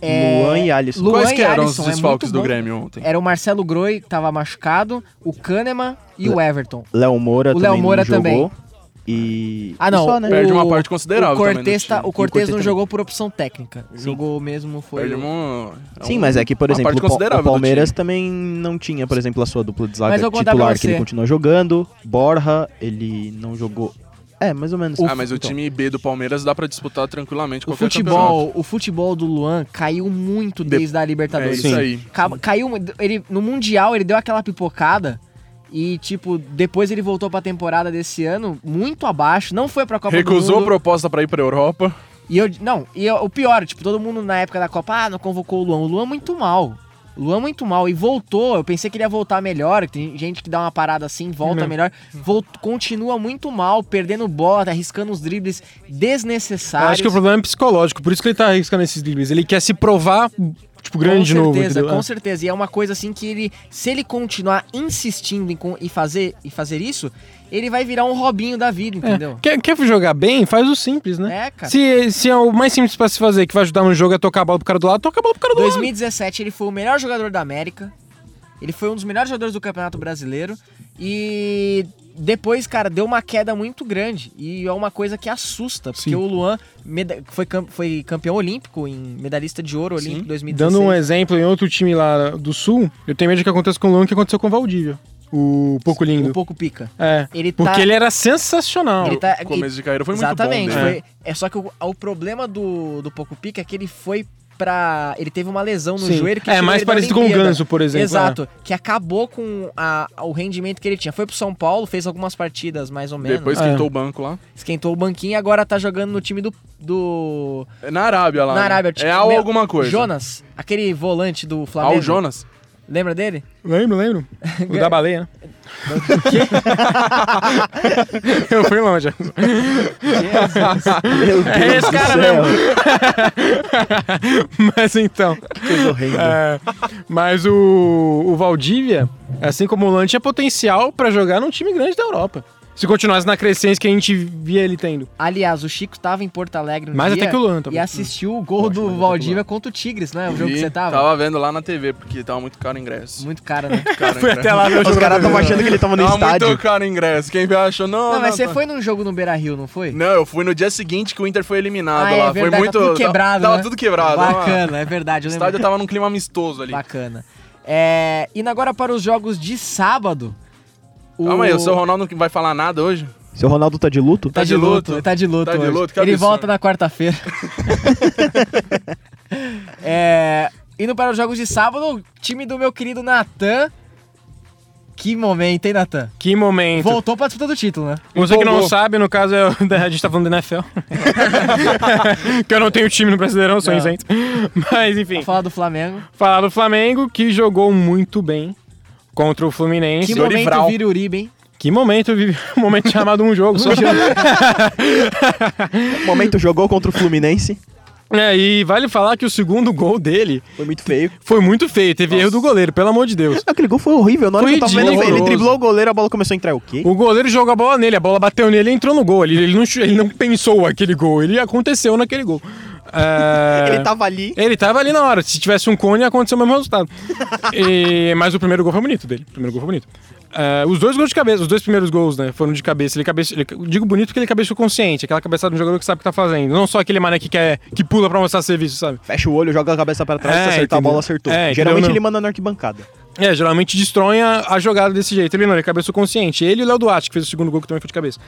é,
Luan e Alisson.
Luan
Quais
e
que eram
Alisson,
os
é
desfalques
muito
do
bom. É,
Grêmio ontem?
Era o Marcelo Groi, que tava machucado, o Kahneman e o Everton.
Léo Moura
O
também
Léo Moura
não jogou.
também.
E...
Ah,
e
não.
só, né?
Perde uma parte
O
considerável também né? do
Cortez, tá-
time.
o
E o Cortez
Cortez não
também.
jogou por opção técnica. Jogou mesmo, foi...
Perde uma- é
Sim,
um-
mas é que, por
uma
exemplo,
parte
o Pa- o
considerável do
Palmeiras também não tinha, por exemplo, a sua dupla de zaga
Mas eu vou contar pra
titular, que ele
você.
continuou jogando. Borra, ele não jogou. É, mais ou menos.
Ah, mas o
Então,
time B do Palmeiras dá pra disputar tranquilamente
O
qualquer campeonato.
futebol, o futebol do Luan caiu muito
De-
desde a
É
Libertadores.
isso aí.
Ca- Caiu, ele, no Mundial ele deu aquela pipocada e, tipo, depois ele voltou pra temporada desse ano muito abaixo, não foi pra Copa
Recusou
do Mundo.
proposta pra ir pra Europa.
E eu, não, e eu- o pior, tipo, todo mundo na época da Copa, ah, não convocou o Luan. O Luan muito mal. O Luan é muito mal. E voltou, eu pensei que ele ia voltar melhor, que tem gente que dá uma parada assim, volta
Não.
melhor. Volt, continua muito mal, perdendo bola, arriscando os dribles
Eu
desnecessários.
acho que o problema é psicológico, por isso que ele tá arriscando esses dribles. Ele quer se provar, tipo, grande de
com
novo.
certeza,
entendeu?
Com certeza, e é uma coisa assim que ele, se ele continuar insistindo em, con- e fazer, e fazer isso, ele vai virar um Robinho da vida,
É.
entendeu?
Quer, quer jogar bem? Faz o simples, né?
É, cara.
Se, se é o mais simples pra se fazer, que vai ajudar no jogo, é tocar a bola pro cara do lado, toca a bola pro cara do lado.
2017 ele foi o melhor jogador da América. Ele foi um dos melhores jogadores do Campeonato Brasileiro e depois, cara, deu uma queda muito grande e é uma coisa que assusta, porque
Sim.
o Luan meda- foi, cam- foi campeão olímpico, em medalhista de ouro
um
olímpico 2016.
Dando um exemplo em outro time lá do Sul, eu tenho medo de que aconteça com o Luan que aconteceu com o Valdívia. o Pouco Lindo.
Um pouco pica.
É.
Ele tá.
Porque ele era sensacional.
ele tá-
O começo de carreira foi
Exatamente.
muito
né?
bom. dele.
foi- é só que o, o problema do, do Poco Pica é que ele foi pra. Ele teve uma lesão no
Sim.
joelho que
É,
tirou
mais
ele da
parecido com o
Olimpíada.
Ganso, por exemplo, é.
Exato. Que acabou com a- o rendimento que ele tinha. Foi pro São Paulo, fez algumas partidas mais ou menos.
Depois
É.
quintou o banco lá.
Esquentou o banquinho e agora tá jogando no time do. do
É Na Arábia lá.
na
né?
Arábia. tipo,
É Al
meu-
alguma coisa.
Jonas, aquele volante do Flamengo.
Al Jonas.
Lembra dele?
Lembro, lembro. O da baleia, né? (laughs) Eu fui longe.
Meu Deus
É esse
do
cara
céu.
Mas então.
Que coisa horrenda.
É, mas o, o Valdívia, assim como o Lante, é potencial pra jogar num time grande da Europa. Se continuasse na crescente que a gente via ele tendo.
Aliás, o Chico tava em Porto Alegre no
Mais
dia
até que o Luan, tá
e
também.
assistiu o gol
acho mais
do
até que o
Valdívia contra o Tigres, né? O jogo que
Vi,
você tava.
Tava vendo lá na TV, porque tava muito caro o ingresso.
Muito caro, né?
Muito caro o
Foi
ingresso.
até lá ver o
Os
jogo
caras
da
estavam
Arábia.
achando que ele tava no
Tava
estádio.
muito caro o ingresso. Quem viu achou, não.
Não, mas você
tá-
foi num jogo no Beira Rio, não foi?
Não, eu fui no dia seguinte que o Inter foi eliminado
Ah, é
lá.
verdade,
foi
tá
muito.
tudo quebrado,
Tava
né?
tudo quebrado. Tava-
Bacana, é verdade,
O
eu lembro.
estádio tá tava num clima amistoso ali.
Bacana. É, indo agora para os jogos de sábado. O...
Calma aí, o seu Ronaldo não vai falar nada hoje?
Seu Ronaldo tá de luto?
Tá de luto, tá de luto.
Tá de
hoje.
luto, que
Ele
absurdo.
volta
(laughs)
na quarta-feira. É, indo para os jogos de sábado, o time do meu querido Natan. Que momento, hein, Natan?
Que momento.
Voltou pra disputa do título, né?
Você que não
Empolgou.
sabe, no caso, é o (laughs) da- a gente tá falando da NFL. (laughs) que eu não tenho time no Brasileirão, sou
Não.
isento. Mas enfim,
Vamos falar do Flamengo.
falar do Flamengo, que jogou muito bem contra o Fluminense.
Que
senhor
momento
Ivral.
vira o Uribe, hein?
Que momento, vive (laughs) um momento chamado um jogo só.
Momento jogou contra o Fluminense.
(laughs) É, e vale falar que o segundo gol dele
Foi muito feio.
foi muito feio, teve erro do goleiro, pelo amor de Deus.
Aquele gol foi horrível. Na hora
Foi
que eu tava vendo,
ridículo.
ele driblou o goleiro, a bola começou a entrar. O quê?
O goleiro jogou a bola nele, a bola bateu nele e entrou no gol. Ele, ele não, chu- ele não pensou aquele gol, ele aconteceu naquele gol. É,
Ele tá tava ali.
ele tava ali na hora, se tivesse um cone ia acontecer o mesmo resultado. E- mas o primeiro gol foi bonito dele, o primeiro gol foi bonito. É, os dois gols de cabeça, os dois primeiros gols, né, foram de cabeça. Ele cabeça, ele- eu digo bonito porque ele cabeça consciente, aquela cabeçada do jogador que sabe o que tá fazendo. Não só aquele mané que quer, que pula pra mostrar serviço, sabe?
Fecha o olho, joga a cabeça pra
É,
trás, se acertar a
entendeu?
bola, acertou.
É, entendeu?
Geralmente
Não.
ele manda na arquibancada.
É, geralmente destrói a, a jogada desse jeito. Ele não, ele cabeçou consciente. Ele e o Léo Duarte, que fez o segundo gol, que também foi de cabeça.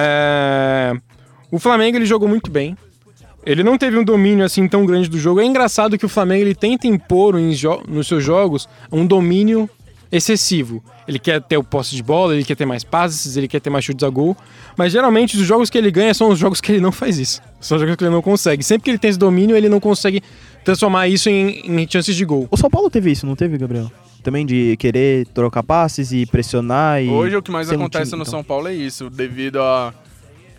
É, O Flamengo, ele jogou muito bem. Ele não teve um domínio assim tão grande do jogo. É engraçado que o Flamengo ele tenta impor em jo- nos seus jogos um domínio excessivo. Ele quer ter o posse de bola, ele quer ter mais passes, ele quer ter mais chutes a gol. Mas geralmente os jogos que ele ganha são os jogos que ele não faz isso. São os jogos que ele não consegue. Sempre que ele tem esse domínio, ele não consegue transformar isso em- em chances de gol.
O São Paulo teve isso, não teve, Gabriel? Também de querer trocar passes e pressionar e.
Hoje o que mais
ser um
acontece
time,
no
então.
São Paulo é isso, devido a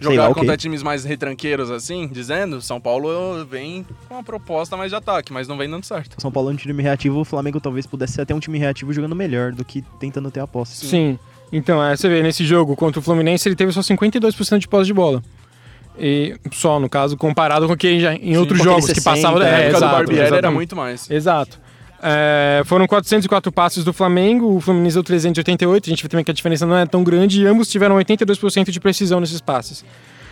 Sei
jogar
lá, ok.
contra times mais retranqueiros, assim, dizendo, São Paulo vem com uma proposta mais de ataque, mas não vem dando certo.
O São Paulo é um time reativo, o Flamengo talvez pudesse até um time reativo jogando melhor do que tentando ter a posse.
Sim. Então, é, você vê, nesse jogo contra o Fluminense, ele teve só 52% de posse de bola. E só, no caso, comparado com o que já em outros
com
jogos
aquele
que passavam.
60,
Na
É,
É,
época do
exato,
Barbieri era
exatamente.
muito mais.
Exato. É, foram 404 passes do Flamengo, o Fluminense deu 388. A gente vê também que a diferença não é tão grande e ambos tiveram 82% de precisão nesses passes.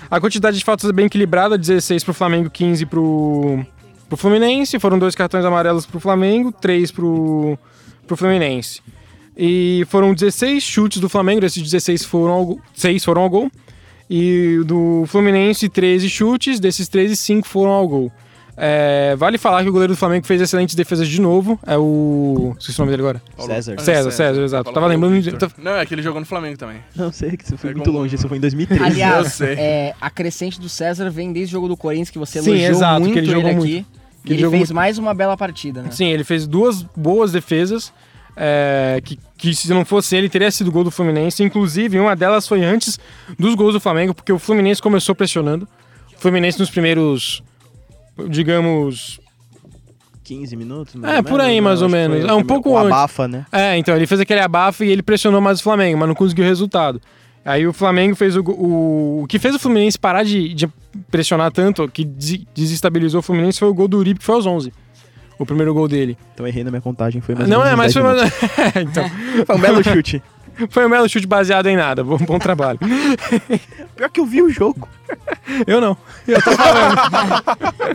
A quantidade de faltas é bem equilibrada: 16 para o Flamengo, 15 para o Fluminense. Foram dois cartões amarelos para o Flamengo, três para o Fluminense. E foram 16 chutes do Flamengo, desses 16 foram ao, gol- seis foram ao gol. E do Fluminense, 13 chutes, desses 13, 5 foram ao gol. É, vale falar que o goleiro do Flamengo fez excelentes defesas de novo. É o. Esqueci o nome dele agora.
César.
César, César, exato.
Paulo
Tava lembrando de-
Victor. Não, é que ele jogou no Flamengo também.
(laughs) Não sei, que isso foi
É
um-
muito
como-
longe, isso foi em 2013.
Eu
Aliás,
sei.
é, a crescente do César vem desde o jogo do Corinthians, que você
Sim,
elogiou
exato,
muito
que ele
ele,
jogou
aqui.
Que ele
E ele
jogou
fez
muito.
mais uma bela partida, né?
Sim, ele fez duas boas defesas. é, que, que se não fosse ele, teria sido gol do Fluminense. Inclusive, uma delas foi antes dos gols do Flamengo, porque o Fluminense começou pressionando. O Fluminense nos primeiros, digamos.
15 minutos? mais
É,
ou
por
menos,
aí
né?
mais ou
Acho que
menos.
foi
É
o
um
primeiro-
pouco
o
antes.
abafa, né?
É, então, ele fez aquele abafo e ele pressionou mais o Flamengo, mas não conseguiu resultado. Aí o Flamengo fez o. go- O, o que fez o Fluminense parar de, de pressionar tanto, que des- desestabilizou o Fluminense, foi o gol do Uribe, que foi aos 11. O primeiro gol dele.
Então errei na minha contagem, foi mais ou
não (laughs)
menos
é, mas foi.
10 minutos.
então,
Foi um
(laughs)
belo chute.
foi um belo chute baseado em nada. Bom, bom trabalho.
Pior que eu vi o jogo.
Eu não.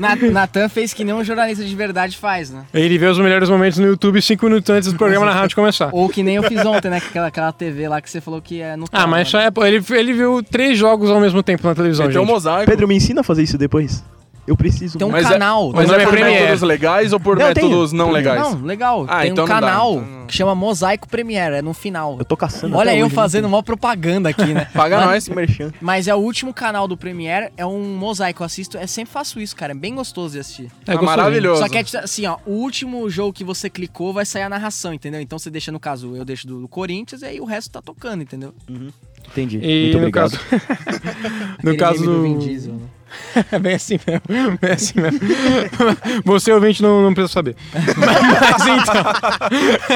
Na- Natan fez que nem um jornalista de verdade faz, né?
Ele vê os melhores momentos no YouTube cinco minutos antes do programa na rádio começar.
Ou que nem eu fiz ontem, né? Aquela, aquela TV lá que você falou que é no
Ah, mas isso é, pô, ele, ele viu três jogos ao mesmo tempo na televisão, gente.
Pedro, me ensina a fazer isso depois. Eu preciso.
Tem um
muito.
canal.
Mas
tem um
é um por
canal.
métodos legais ou por
Não, tem-
métodos não
tem-
legais?
Não, legal.
Ah,
tem
então
um
não dá,
canal que chama Mosaico Premiere, é no final.
Eu tô caçando.
Olha
até
eu
hoje,
fazendo
não
mó propaganda aqui, né? (laughs)
Paga
Mas-
nós. tá
Merchan.
Mas é o último canal do Premiere, é um mosaico. Eu assisto, eu sempre faço isso, cara. É bem gostoso de assistir.
É Ah, gostosinho. maravilhoso.
Só que é tipo assim, ó, o último jogo que você clicou vai sair a narração, entendeu? Então você deixa, no caso, eu deixo do, do Corinthians e aí o resto tá tocando, entendeu?
Entendi.
E
Muito
no
obrigado.
caso-
Aquele
é
no caso
meme do Vin
do-
Diesel, né?
É bem assim mesmo. (laughs) Bem assim mesmo. Você ouvinte não, não precisa saber. Mas, mas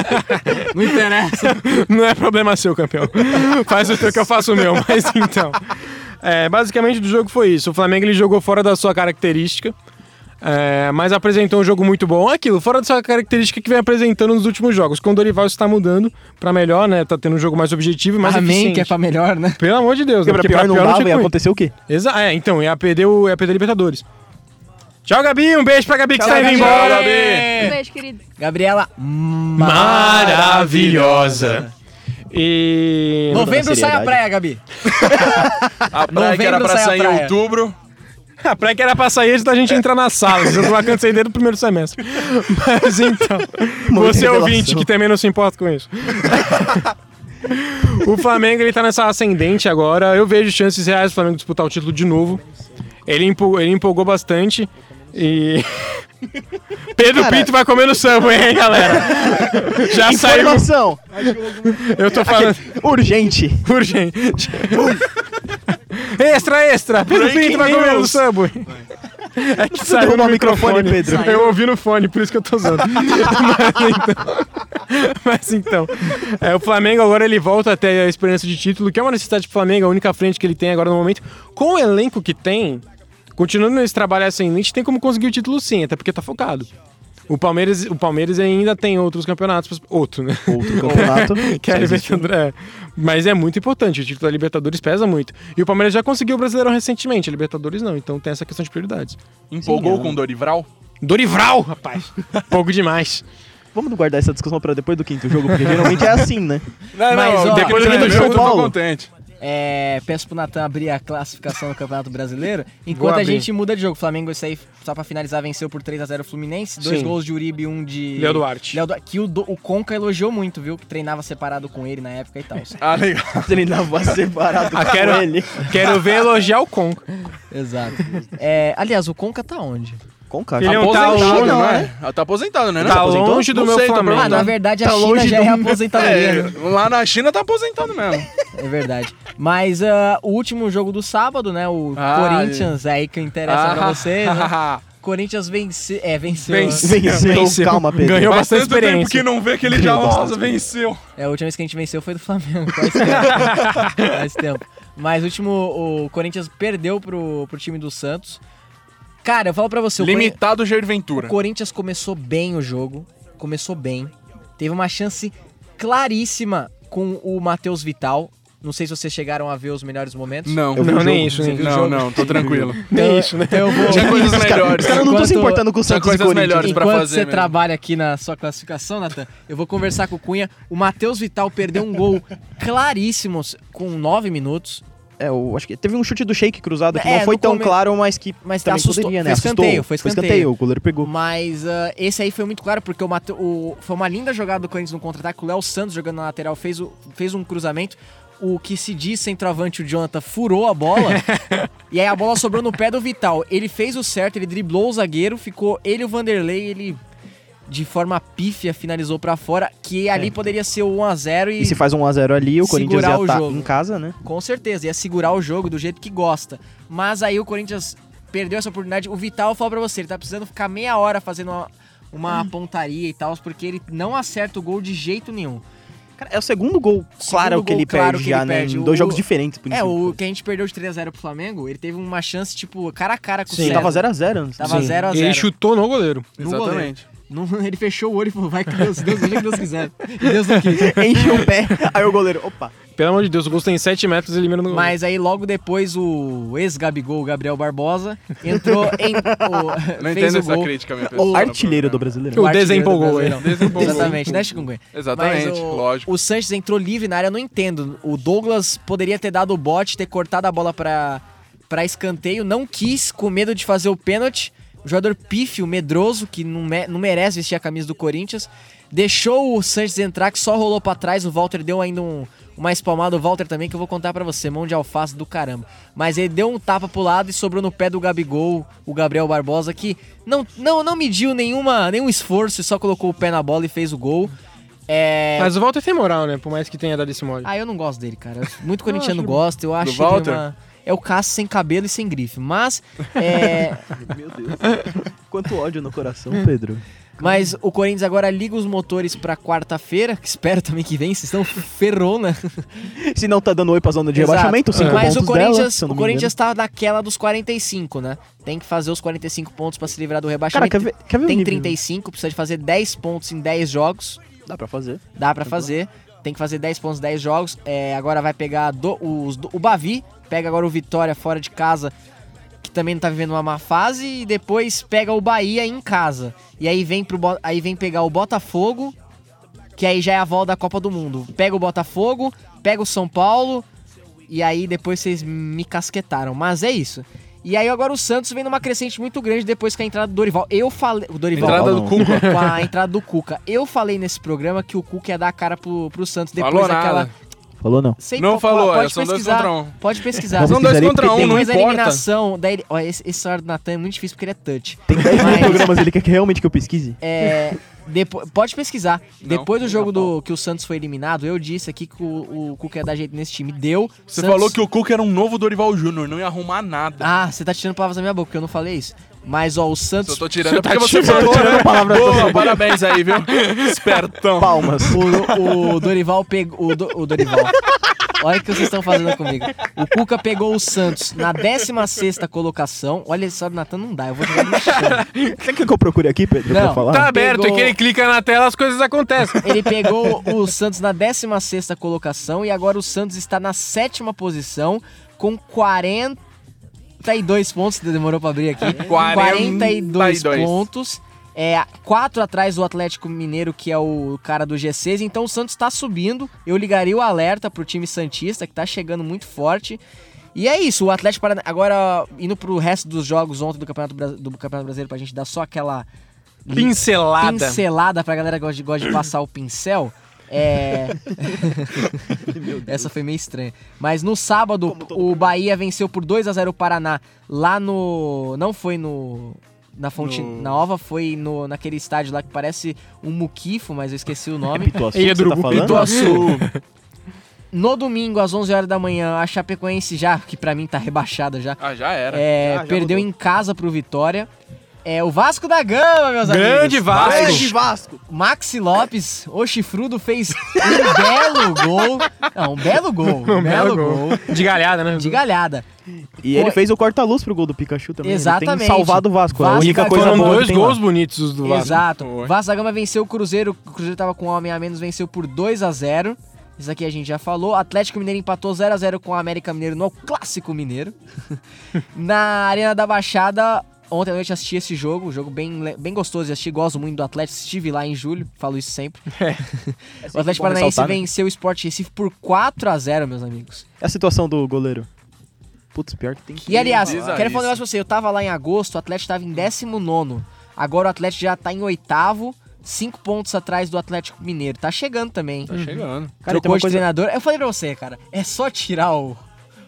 então.
Não interessa.
Não (laughs) é problema seu, campeão. (laughs) Faz o teu que eu faço o meu. (laughs) Mas então. É, basicamente do jogo foi isso. O Flamengo ele jogou fora da sua característica. é, mas apresentou um jogo muito bom. Aquilo, fora da sua característica que vem apresentando nos últimos jogos. Com o Dorival está mudando pra melhor, né? Tá tendo um jogo mais objetivo e mais
Amém,
eficiente.
que é pra um melhor, né?
Pelo amor de Deus,
Porque pra pior não
tinha
dava e
como ir.
aconteceu o quê?
Exa é, então, ia perder, o, ia perder a Libertadores. Tchau, Gabi. Um beijo pra Gabi que
Tchau,
está indo
Gabi.
embora.
Tchau, Gabi.
Um beijo, querido.
Gabriela
Maravilhosa. E.
Novembro sai a praia, Gabi.
(laughs) A praia que
Novembro
era pra
sai a
sair em
praia.
outubro.
A praia que era pra sair antes da gente entrar na sala. Vocês estão cansando desde o primeiro semestre. Mas então, (laughs) você
revelação.
ouvinte que tá também não se importa com isso. o Flamengo, ele tá nessa ascendente agora. Eu vejo chances reais do Flamengo disputar o título de novo. Ele, empo- ele empolgou bastante. E. (laughs) Pedro Pinto vai comer no samba, hein, galera?
(laughs)
Já saiu. (laughs)
Informação.
Eu tô falando.
Urgente.
(laughs) Urgente. extra, extra! Pedro
Breaking
Pinto vai comer no
news.
samba. É que saiu
derrubar
no
o microfone, Pedro.
Eu ouvi no fone, por isso que eu tô usando. (laughs) Mas então, é, o Flamengo agora ele volta até a experiência de título, que é uma necessidade do Flamengo, a única frente que ele tem agora no momento. Com o elenco que tem, continuando nesse trabalho ascendente, tem como conseguir o título sim, até porque tá focado. O Palmeiras, o Palmeiras ainda tem outros campeonatos. pra- Outro, né?
Outro campeonato.
(laughs) que é a
um
Libertadores. é. Mas é muito importante. O título da Libertadores pesa muito. E o Palmeiras já conseguiu o Brasileirão recentemente. A Libertadores não. Então tem essa questão de prioridades.
Empolgou com o Dorival.
Dorival, rapaz! Pouco demais.
Vamos guardar essa discussão pra depois do quinto jogo, porque geralmente é
(laughs)
assim, né?
Não,
Mas, ó,
depois
eu
do quinto
lembro do
jogo eu tô
Paulo.
contente.
É, peço pro Natan abrir a classificação do Campeonato Brasileiro. Enquanto
Vou
a
abrir.
gente muda de jogo, o Flamengo, isso aí, só pra finalizar, venceu por 3x0 o Fluminense. Dois
Sim.
gols de Uribe e um de.
Léo Duarte.
Léo Duarte, Que o, do- o Conca elogiou muito, viu? Que treinava separado com ele na época e
(laughs)
tal.
Ah, legal.
Treinava separado
Ah,
com
quero-
ele.
(laughs) Quero ver elogiar o Conca.
Exato. É, aliás, o Conca tá onde?
Com cara.
Ele é (laughs) um
Aposentado,
tá longe,
não é? Tá aposentado, né?
Tá
Não?
longe do
Não
meu
sei, tá
Flamengo.
Ah, na verdade a China já é aposentadoria. né?
É, lá na China tá aposentado mesmo. (laughs)
É verdade. Mas ah, o último jogo do sábado, né? O
Ah,
Corinthians, é aí que interessa pra vocês.
(laughs)
Né? Corinthians vence, é, venceu. né?
Venceu. Então, Calma, Pedro.
Ganhou
Faz
bastante
tanto tempo
experiência.
que não vê que ele já rosa, venceu.
É, a última vez que a gente venceu foi do Flamengo. Faz
(laughs)
tempo. Faz tempo. Mas o último, o Corinthians perdeu pro, pro time do Santos. Cara, eu falo pra você, o Corin-
Limitado Jair
o
Ventura.
Corinthians começou bem o jogo. Começou bem. Teve uma chance claríssima com o Matheus Vital. Não sei se vocês chegaram a ver os melhores momentos.
Não, É
Eu vi o
Não, nem isso,
jogo.
nem isso.
não, não, tô
(laughs)
tranquilo.
Nem isso, né?
Então eu vou...
Tinha coisas melhores.
Os caras não estão se
Enquanto-
importando com o
São
Santos e
coisas
Corinthians.
melhores pra
Enquanto
fazer. né?
você
mesmo.
trabalha aqui na sua classificação, Nathan, eu vou conversar com o Cunha. O Matheus Vital perdeu um gol claríssimo com 9 minutos,
É, eu acho que teve um chute do Shake cruzado que
É,
não foi
no
tão
come-
claro, mas que
Mas
também
assustou.
poderia, né?
Foi
Assustou.
escanteio, foi escanteio.
o goleiro pegou.
mas ah, esse aí foi muito claro, porque o Mate- o- foi uma linda jogada do Corinthians no contra-ataque. O Léo Santos jogando na lateral fez, o- fez um cruzamento. O que se diz centroavante, o Jonathan, furou a
(laughs)
bola. e aí a bola sobrou no pé do Vital. Ele fez o certo, ele driblou o zagueiro, ficou ele e o Vanderlei, ele de forma pífia finalizou pra fora, que ali poderia ser o 1x0
E se faz um 1x0 ali, o Corinthians
Segurar
já
o
tá
jogo.
em casa, né?
Com certeza, ia segurar o jogo do jeito que gosta. Mas aí o Corinthians perdeu essa oportunidade. O Vital, eu falo pra você, ele tá precisando ficar meia hora fazendo uma, uma pontaria e tal, porque ele não acerta o gol de jeito nenhum.
Cara, é o segundo gol claro
gol
que ele
claro
perde
que ele
já, né?
perde.
Em dois
O-
jogos diferentes, por
é,
incrível
o que a gente perdeu de 3x0 pro Flamengo, ele teve uma chance, tipo, cara a cara com
Sim,
o
que
César.
pareça. Tava 0x0 antes.
Tava
Sim.
0 a 0
Ele chutou no goleiro.
no goleiro.
Exatamente.
(laughs) Não- ele fechou o olho e falou, vai que Deus, Deus, deixa que Deus quiser. E Deus não quis.
Enche o pé, (laughs) aí o goleiro, opa.
Pelo amor de Deus, o Gol tem 7 metros eliminando o gol.
Mas aí logo depois o ex-Gabigol, Gabriel Barbosa, entrou em. O,
Não
fez
entendo
o
essa
gol.
crítica, minha
O
pessoa.
tá
artilheiro do brasileiro.
O
artilheiro do
desempolgou ele.
Brasileirão.
Desempolgou.
Exatamente, né, Chikungunya?
Exatamente,
Mas o,
lógico.
O Sanches entrou livre na área, eu não entendo. O Douglas poderia ter dado o bote, ter cortado a bola pra, pra escanteio, não quis, com medo de fazer o pênalti. O jogador pífio, medroso, que não, me- não merece vestir a camisa do Corinthians, deixou o Sanches entrar, que só rolou pra trás. O Walter deu ainda um, uma espalmada, o Walter também, que eu vou contar pra você, mão de alface do caramba. Mas ele deu um tapa pro lado e sobrou no pé do Gabigol, o Gabriel Barbosa, que não, não, não mediu nenhuma, nenhum esforço, só colocou o pé na bola e fez o gol. É,
Mas o Walter tem moral, né? Por mais que tenha dado esse mole.
ah, eu (laughs) não gosto dele, cara. Muito corintiano gosta, eu acho ele
Walter?
uma- É o Cássio sem cabelo e sem grife. Mas,
(laughs)
é,
Meu Deus. Quanto ódio no coração, Pedro.
mas o Corinthians agora liga os motores pra quarta-feira, que espero também que venha, vocês estão ferrona.
Se não tá dando oi pra zona de
né? Exato. É.
rebaixamento, cinco
Mas
pontos
o Corinthians,
dela, se eu não
o
me engano.
Corinthians tá naquela dos 45, né? Tem que fazer os 45 pontos pra se livrar do
Cara,
rebaixamento.
quer ver, quer ver um o
Tem
nível?
35, precisa de fazer 10 pontos em 10 jogos.
Dá pra fazer.
Dá pra fazer. Tem que fazer 10 pontos, 10 jogos. É, agora vai pegar do- os do- o Bavi, pega agora o Vitória fora de casa, que também não tá vivendo uma má fase, e depois pega o Bahia em casa. E aí vem, pro, Bo- aí vem pegar o Botafogo, que aí já é a volta da Copa do Mundo. Pega o Botafogo, pega o São Paulo, e aí depois vocês me casquetaram. Mas é isso. E aí agora o Santos vem numa crescente muito grande depois que a entrada do Dorival. Eu falei. O Dorival.
Entrada
Não,
do
não.
Cuca.
Com a entrada do Cuca. Eu falei nesse programa que o Cuca ia dar a cara pro, pro Santos depois
Falou
daquela.
nada.
Falou não.
Sei,
Não
po-
falou,
pode
é, são dois
pesquisar,
contra um.
Pode pesquisar.
São dois
Pesquisarei,
contra um, não
Depois da
importa.
eliminação. Da, ele- ó, esse, esse cenário do Natan é muito difícil porque ele é touch.
Tem 10 mil
Mas-
programas ele quer que realmente que eu pesquise?
É, depo- pode pesquisar.
Não,
depois do
não
jogo
dá
do, que o Santos foi eliminado, eu disse aqui que o, o Cuca ia dar jeito nesse time. Deu.
Você
Santos-
falou que o Cuca era um novo Dorival Júnior, não ia arrumar nada.
Ah, você tá tirando palavras da minha boca, porque eu não falei isso. Mas, ó, o
Se eu
Santos
tô tirando, é porque você falou. né? Boa, parabéns aí, (laughs) viu? Espertão.
Palmas.
O, o Dorival pegou. O, Do- o Dorival. Olha o que vocês estão fazendo comigo. O Cuca pegou o Santos na 16 colocação. Olha só, Natan, não dá. Eu vou jogar no chão.
Quer que eu procure aqui, Pedro,
Não.
pra falar?
Tá aberto,
é
Pegou-
e que ele clica na tela, as coisas acontecem.
Ele pegou o Santos na 16 colocação e agora o Santos está na sétima posição com 42 pontos. Demorou pra abrir aqui. 42 pontos. É, quatro atrás do Atlético Mineiro, que é o cara do G6. Então o Santos tá subindo. Eu ligaria o alerta pro time Santista, que tá chegando muito forte. E é isso, o Atlético Parana... Agora, indo pro resto dos jogos ontem do Campeonato, Bra- do Campeonato Brasileiro, pra gente dar só aquela li-
Pincelada.
pincelada pra galera que gosta de, gosta de passar o pincel. É. Essa foi meio estranha. Mas no sábado, o Bahia venceu por 2 a 0 o Paraná lá no. Não foi no. Na Fonte Nova, foi no, naquele estádio lá que parece um muquifo, mas eu esqueci o
É (laughs)
nome.
Pituaçu
Ei,
que você tá
Drugo,
falando?
Pituaçu. No domingo, às 11 horas da manhã, a Chapecoense já, que pra mim tá rebaixada já,
Ah, já era.
é,
(laughs) já
perdeu
mudou.
em casa pro Vitória. É o Vasco da Gama, meus amigos.
Grande Vasco.
Grande Ah, é Vasco.
Maxi Lopes, o chifrudo, fez um belo gol. Não, um belo gol. Um, belo gol.
De galhada, né?
De galhada.
E ele
Foi.
fez o corta-luz pro gol do Pikachu também. Ele
Exatamente.
tem salvado o Vasco. é a
Vasco
única
vai-
coisa
Foram
boa que
dois
tem lá.
gols bonitos os do Vasco.
Exato.
Foi.
Vasco da Gama venceu o Cruzeiro. O Cruzeiro tava com um homem a menos, venceu por 2 a 0 Isso aqui a gente já falou. Atlético Mineiro empatou 0 a 0 com o América Mineiro no Clássico Mineiro. Na Arena da Baixada, ontem à noite assisti esse jogo. Um jogo bem, le- bem gostoso de assistir. Gosto muito do Atlético. Estive lá em julho, falo isso sempre. o Atlético
bom
Paranaense
ressaltar, né?
venceu o Sport Recife por 4 a 0 meus amigos.
É a situação do goleiro. Putz, pior que tem que...
E aliás,
Diz
quero
aí.
falar um negócio pra você. Eu tava lá em agosto, o Atlético tava em 19. Agora o Atlético já tá em oitavo, cinco pontos atrás do Atlético Mineiro. Tá chegando também. Tá
Chegando.
Cara,
Cara, tem
Trocou
uma
de
coisa-
treinador. Eu falei pra você, cara, é só tirar o, o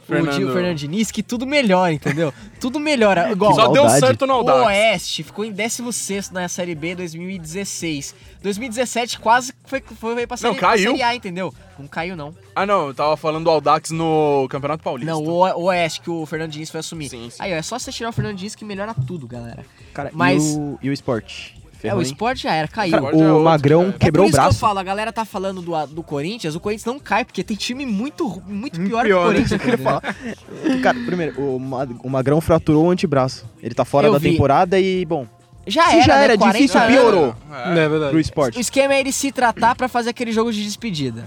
Fernando.
Di- o Fernando Diniz que tudo
(laughs)
melhora, entendeu? tudo melhora. Igual,
Só deu
maldade. é.
certo na
o
Audax.
Oeste ficou em 16 na Série B 2016. 2017 quase foi, foi, foi pra Série, pra
caiu.
série A, entendeu? Não caiu, não.
Ah, não, eu tava falando do Audax no Campeonato Paulista.
Não, o o Oeste que o Fernando Diniz foi assumir.
Sim, sim.
Aí, ó, é só você tirar o Fernando Diniz que melhora tudo, galera.
Cara,
é, Mas-
e, o, e o esporte?
É, o esporte já era, caiu.
Agora
O
já é outro,
Magrão
cara.
quebrou
é por
o braço.
isso que eu falo, a galera tá falando do, do Corinthians, o Corinthians não cai, porque tem time muito, ru- muito pior, que o
né? (laughs)
Corinthians. entendeu?
Cara, primeiro, o, Ma- o Magrão fraturou o antebraço. Ele tá fora
Eu
da
vi.
temporada e, bom,
Já
Se
era,
já
né?
era
40
difícil,
anos.
piorou.
É.
É verdade.
pro
O
esporte.
esquema é ele se tratar pra fazer aquele jogo de despedida.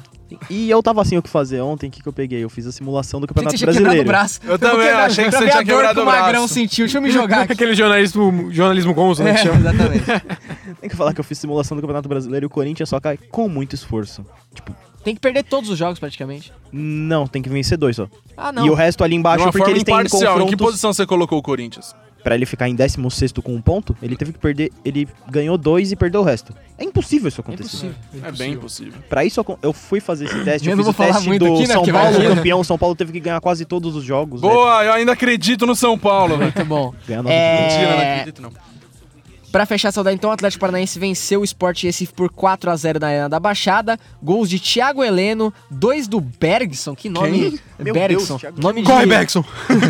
E eu tava assim, o que fazer ontem? O que, que eu peguei? Eu fiz a simulação do
Pensei que
Campeonato
você tinha quebrado o braço.
Brasileiro.
Eu também,
quebrado-
achei que
pra
você
ver
tinha
a dor
quebrado
que
o
Magrão
braço.
sentiu, deixa eu me jogar
(laughs)
aqui.
Aquele jornalismo, jornalismo gonzo, né?
É,
que chama.
exatamente.
Tem que falar que eu fiz simulação do Campeonato Brasileiro e o Corinthians só cai com muito esforço.
Tem que perder todos os jogos praticamente.
Não, tem que vencer dois só.
Ah, não.
E o resto ali
De
embaixo,
uma
porque
forma
eles têm
imparcial. Em que
confrontos.
posição você colocou o Corinthians?
Pra ele ficar em 16 com um ponto, ele teve que perder. Ele ganhou dois e perdeu o resto. É impossível
É
isso acontecer.
impossível.
É bem impossível.
Pra isso acon- eu fui fazer
(clears throat)
esse teste.
Eu
Eu,
não
fiz
vou
o
falar
teste
muito
do
aqui, né,
São
porque
Paulo
imagina.
campeão. São Paulo teve que ganhar quase todos os jogos. né?
Boa, eu ainda acredito no São Paulo, né? velho.
Muito bom.
Ganhar nove
É,
Mentira, não acredito não.
Pra fechar a saudade, então, o Atlético Paranaense venceu o Sport Recife por 4 a 0 na Arena da Baixada. Gols de Thiago Heleno, dois do Bergson, que nome?
Meu
Bergson.
Deus, Thiago
nome de...
Corre, Beckson!
(laughs)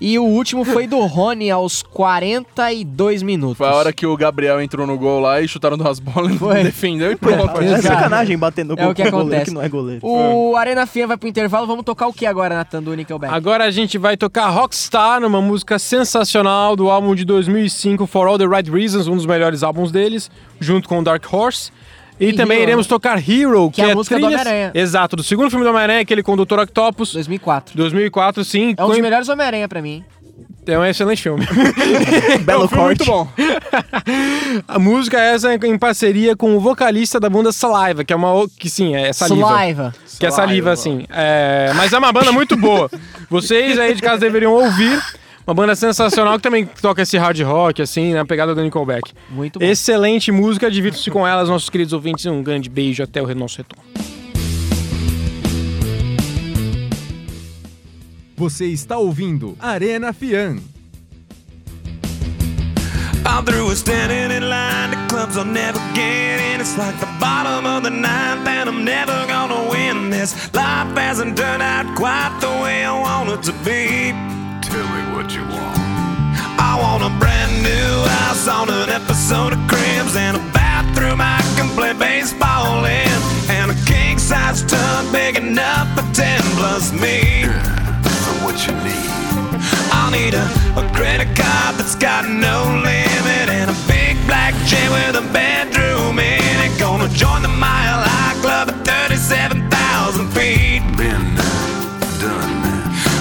E o último foi do Rony aos 42 minutos.
Foi a hora que o Gabriel entrou no gol lá e chutaram duas bolas e (laughs)
Foi.
defendeu e pronto.
É
Exato.
sacanagem bater no
É
gol
o que
com goleiro
acontece.
que não é goleiro.
O Arena Fia vai pro intervalo. Vamos tocar o que agora, Natan, do Nickelback?
Agora a gente vai tocar Rockstar, uma música sensacional do álbum de 2005, For All The Right Reasons, um dos melhores álbuns deles, junto com Dark Horse. E,
E
também
Hero,
iremos
né?
tocar Hero, que,
é a
é
música do
trilhas-
Homem-Aranha.
Exato, do segundo filme do Homem-Aranha, aquele com o Dr. Octopus,
2004.
2004, sim.
É um dos
foi-
melhores Homem-Aranha pra mim.
é um
(laughs)
excelente filme.
É um
Belo
Foi muito
corte.
bom.
a música é essa em parceria com o vocalista da banda Saliva, que é uma... o- que sim, é saliva.
Saliva.
Que é saliva, assim. É, mas é uma banda muito boa. Vocês aí de casa deveriam ouvir. Uma banda sensacional que também toca esse hard rock, assim, na pegada do Nickelback.
Muito bom.
Excelente música, divirtam-se com elas, nossos queridos ouvintes. Um grande beijo, até o nosso retorno.
Você está ouvindo Arena Fian.
I'm through with standing in line to clubs I'll never get in. It's like the bottom of the ninth, and I'm never gonna win this. Life hasn't turned out quite the way I want it to be. Tell me what you want. I want a brand new house on an episode of Cribs and a bathroom I can play baseball in, and a king size tub big enough for 10 plus me. For what you need. I'll need a, a credit card that's got no limit and a big black chair with a bedroom in it. Gonna join the Mile High Club at 37,000 feet. Been done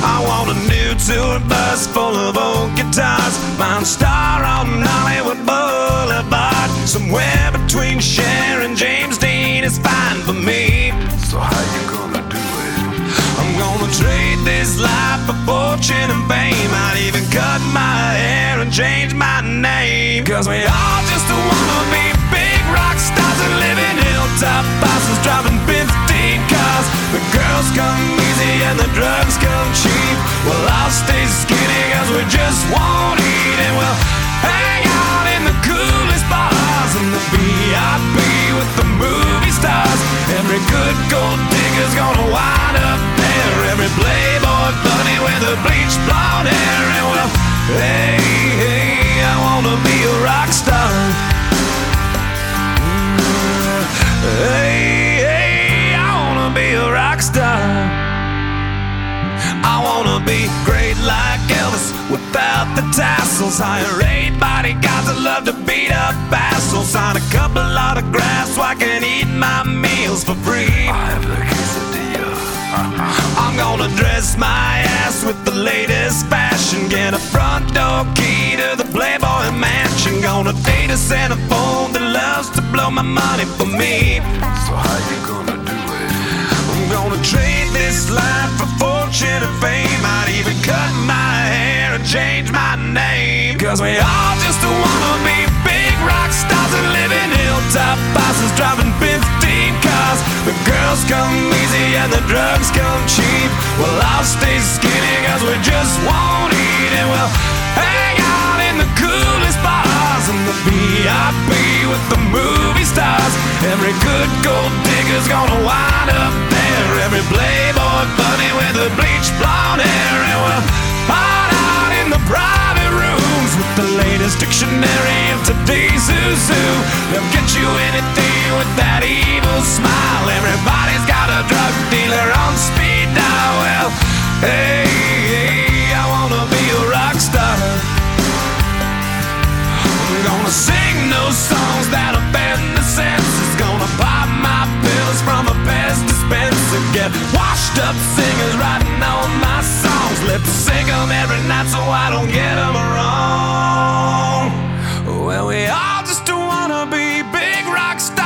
I want a new tour bus full of old guitars. Mine star on Hollywood Boulevard. Somewhere between Cher and James Dean is fine for me. So how you gonna do it? I'm gonna trade this life for fortune and fame. I'd even cut my hair and change my name. Cause we all just wanna be big rock stars and live in hilltop bosses driving 15 cars. The girls come easy and the drugs come cheap. Well, I'll stay skinny cause we just won't eat and we'll hang out in the coolest bars and the VIP with the movie stars. Every good gold digger's gonna wind up there. Every playboy bunny with a bleached blonde hair and we'll hey, hey, I wanna be a rock star. Mm, Hey, hey, I wanna be a rock star. I wanna be great like Elvis without the tassels. Hire eight bodyguards that love to beat up assholes. Sign a couple autographs so I can eat my meals for free. I have the quesadilla. (laughs) I'm gonna dress my ass with the latest fashion. Get a front door key to the Playboy Mansion. Gonna date a Santa phone that loves to blow my money for me. So how you gonna do it? I'm gonna trade this life for fortune and fame. I'd even cut my hair and change my name. Cause we all just wanna be big rock stars and live in hilltop bosses driving 15 cars. The girls come easy and the drugs come cheap. Well, I'll stay skinny cause we just won't eat and we'll hang out in the coolest bars and the VIP with the movie stars. Every good gold digger's gonna wind up there. Every playboy bunny with the bleached blonde hair and we'll hide out in the private rooms with the latest dictionary of today's who's who. They'll get you anything with that evil smile. Everybody's got a drug dealer on speed dial. Well, hey, hey, I wanna be a rock star. I'm gonna sing those songs that offend the senses. Gonna pop my pills from a best dispenser.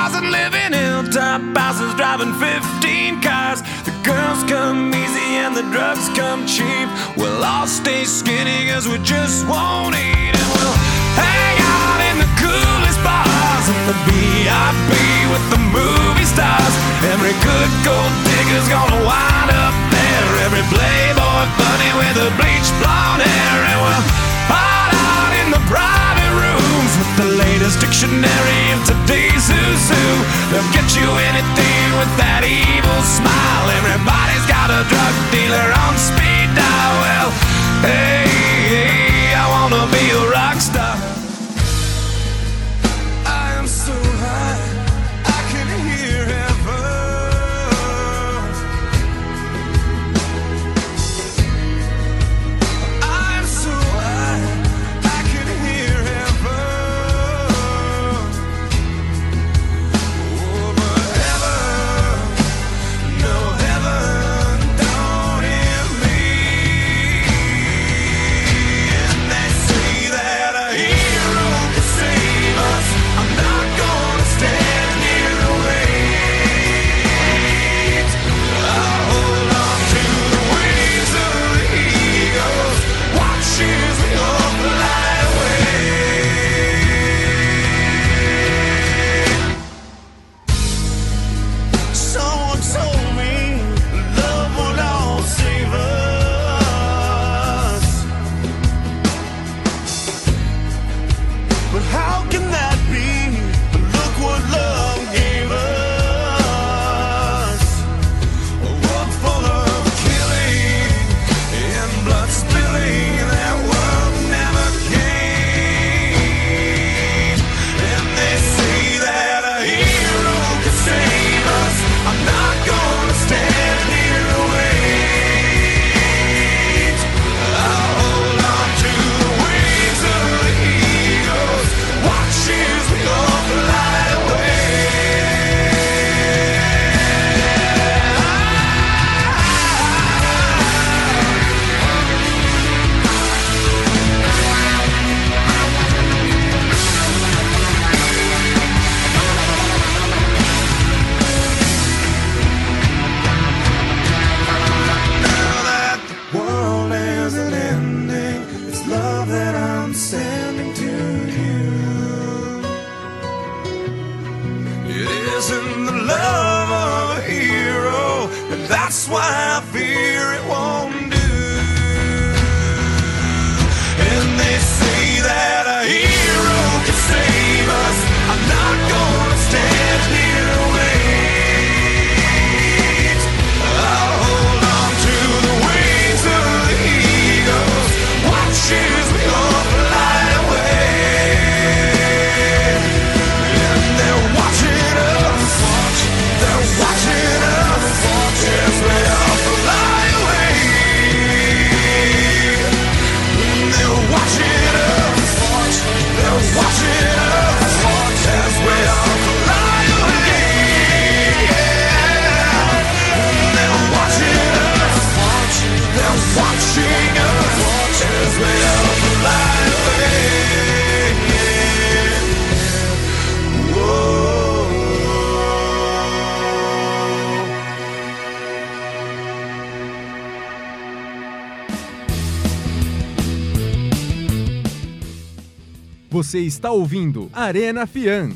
my passes driving 15 cars. The girls come easy and the drugs come cheap. We'll all stay skinny cause we just won't eat. And we'll hang out in the coolest bars in the VIP with the movie stars. Every good gold digger's gonna wind up there. Every playboy bunny with a bleached blonde hair. And we'll hide out in the private rooms with the latest dictionary of today's who's who. They'll get you anything with that evil smile. Everybody's got a drug dealer on speed dial. Well, hey, hey I wanna be a rock star. I am so high, I can hear heaven. I'm so high, I can hear heaven. Oh, but heaven, no heaven down in me. And they say that a hero can save us. I'm not gonna stand here and wait. I'll hold on to the wings of the eagles, watch as we all fly away. Someone told me love will not save us. But how can that be? Look what love gave us. A world full of killing and blood spilling that world never came. And they say that a hero can save us. I'm not gonna stand here and wait. I'll hold on to the wings of the eagles. Watch as we all fly away. world is an ending. It's love that I'm sending to you. It isn't the love of a hero, and that's why I fear it won't do. And they say that a hero can save us. I'm not gonna stand here and wait. I'll hold on to the wings of the eagles. Watch as we all fly away. And they're watching us. They're watching us. Watch as we all fly away. And they're watching us. They're watching us. Watch as we all fly away. They're watching us. They're watching us. Watch as we all fly away. Whoa.
Você está ouvindo Arena Fian.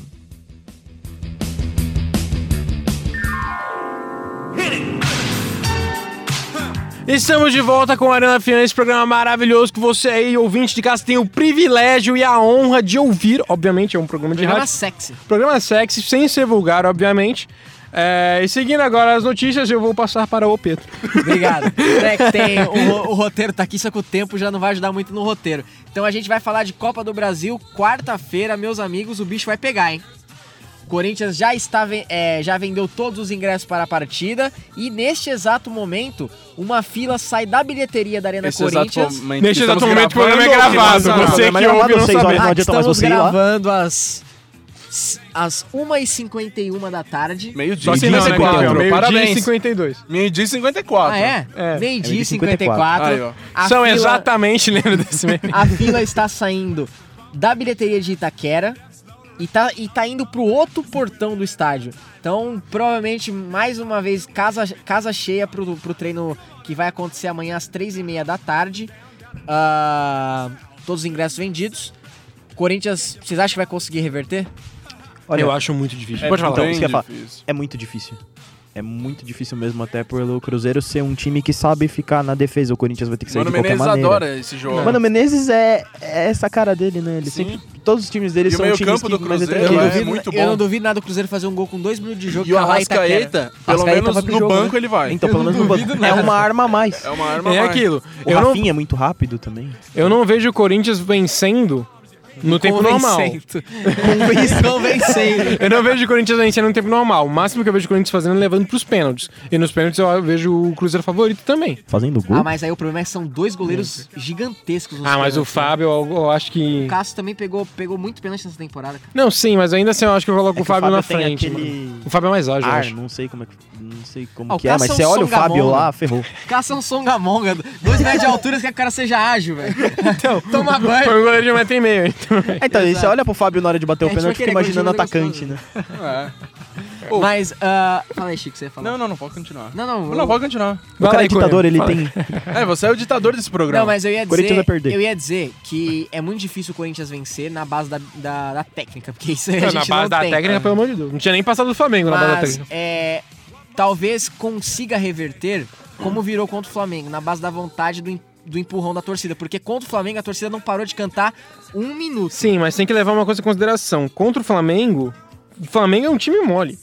Estamos de volta com a Arena Fian, esse programa maravilhoso que você aí, ouvinte de casa, tem o privilégio e a honra de ouvir. Obviamente, é um programa de
Programa
rádio.
sexy.
Programa sexy, sem ser vulgar, obviamente. É, e seguindo agora as notícias, eu vou passar para o Pedro.
Obrigado. É que tem, o, ro- o roteiro tá aqui, só que o tempo já não vai ajudar muito no roteiro. Então a gente vai falar de Copa do Brasil. Quarta-feira, meus amigos, o bicho vai pegar, hein? O Corinthians já, está, ven- é, já vendeu todos os ingressos para a partida. E neste exato momento, uma fila sai da bilheteria da Arena Corinthians.
Neste
estamos
exato momento, o
gravando,
programa é
ou que
gravado.
lançaram?
Você
Programa
que
gravado,
ouve não
seis
sabe.
horas. não
Ah,
adianta mais
estamos
você ir lá.
gravando às, às 1h51 da tarde.
Meio dia.
Só que não, né, campeão? Meio-dia e
Parabéns.
52.
Meio dia e 54.
Ah, é?
É.
Meio-dia e 54.
54.
Aí, ó.
A
São
fila-
exatamente, lembra desse meme?
A fila está saindo da bilheteria de Itaquera E tá, e tá indo pro outro portão do estádio. Então, provavelmente, mais uma vez, casa, casa cheia pro, pro treino que vai acontecer amanhã às três e meia da tarde. Ah, todos os ingressos vendidos. Corinthians, vocês acham que vai conseguir reverter?
Olha,
eu acho muito difícil.
É
Pode falar.
então,
bem
isso que eu ia falar.
difícil.
É muito difícil. É muito difícil mesmo, até pelo Cruzeiro ser um time que sabe ficar na defesa. O Corinthians vai ter que sair
Mano
de qualquer
Menezes
maneira.
adora esse jogo.
Mano, o Menezes é, é essa cara dele, né? Ele
Sim.
sempre, todos os times dele
E o
são times
meio-campo
que
do
mas é
Cruzeiro
tranquilo.
é muito
eu não
bom.
duvido nada do Cruzeiro fazer um gol com dois minutos de jogo.
E o
calar Itaquera.
Arrascaeta, pelo
Arrascaeta
menos
vai pro
no
jogo,
banco
né?
ele vai.
Então, pelo menos no banco. É uma arma a mais.
É uma arma
É
mais.
aquilo.
O
Eu não,
Rafinha é muito rápido também.
eu não vejo o Corinthians vencendo no tempo normal.
(laughs)
Convencendo. Convencendo.
Eu não vejo o Corinthians vencendo no tempo normal. O máximo que eu vejo o Corinthians fazendo é levando pros pênaltis. E nos pênaltis eu vejo o Cruzeiro favorito também.
Fazendo gol.
Ah, mas aí o problema é que são dois goleiros gigantescos. nos
Hum? Ah, mas o
pênaltis, né?
Fábio, eu, eu acho que.
O Cássio também pegou, pegou muito pênalti nessa temporada, cara.
Não, sim, mas ainda assim eu acho que eu coloco
É que
o Fábio na frente.
tem
mano.
aquele
O Fábio é mais ágil, eu
ar,
acho.
não sei como é que, não sei como
Ah, o
que é, mas
Cássio é
você
um
olha o Fábio
songamono.
lá, ferrou.
(laughs) Cássio é um songamonga. Dois metros de altura, você quer que o cara seja ágil, velho. Então, (laughs) toma banho.
Foi um goleiro de um metro e meio. Então,
Então, aí você olha pro Fábio na hora de bater
É,
o
a gente vai
pênalti e fica
querer
imaginando o
continuar
atacante,
jogando
né?
Mas, ah, fala aí, Chico, que você ia falar.
Não, não, não pode continuar.
Não, não,
Não,
eu-
não pode continuar.
O cara é
aí, Cunha.
ditador, ele
Fala.
tem...
É, você é o ditador desse programa.
Não, mas eu ia
Corinthians
dizer.
vai perder.
Eu ia dizer que é muito difícil o Corinthians vencer na base da, da, da técnica, porque isso aí a
Não,
gente
na
não
base da
tem.
técnica, pelo amor de Deus. Não tinha nem passado do Flamengo na base da
Mas
técnica.
é, talvez consiga reverter como virou contra o Flamengo, na base da vontade do, em- do empurrão da torcida. Porque contra o Flamengo a torcida não parou de cantar um minuto.
Sim, mas tem que levar uma coisa em consideração. Contra o Flamengo, o Flamengo é um time mole.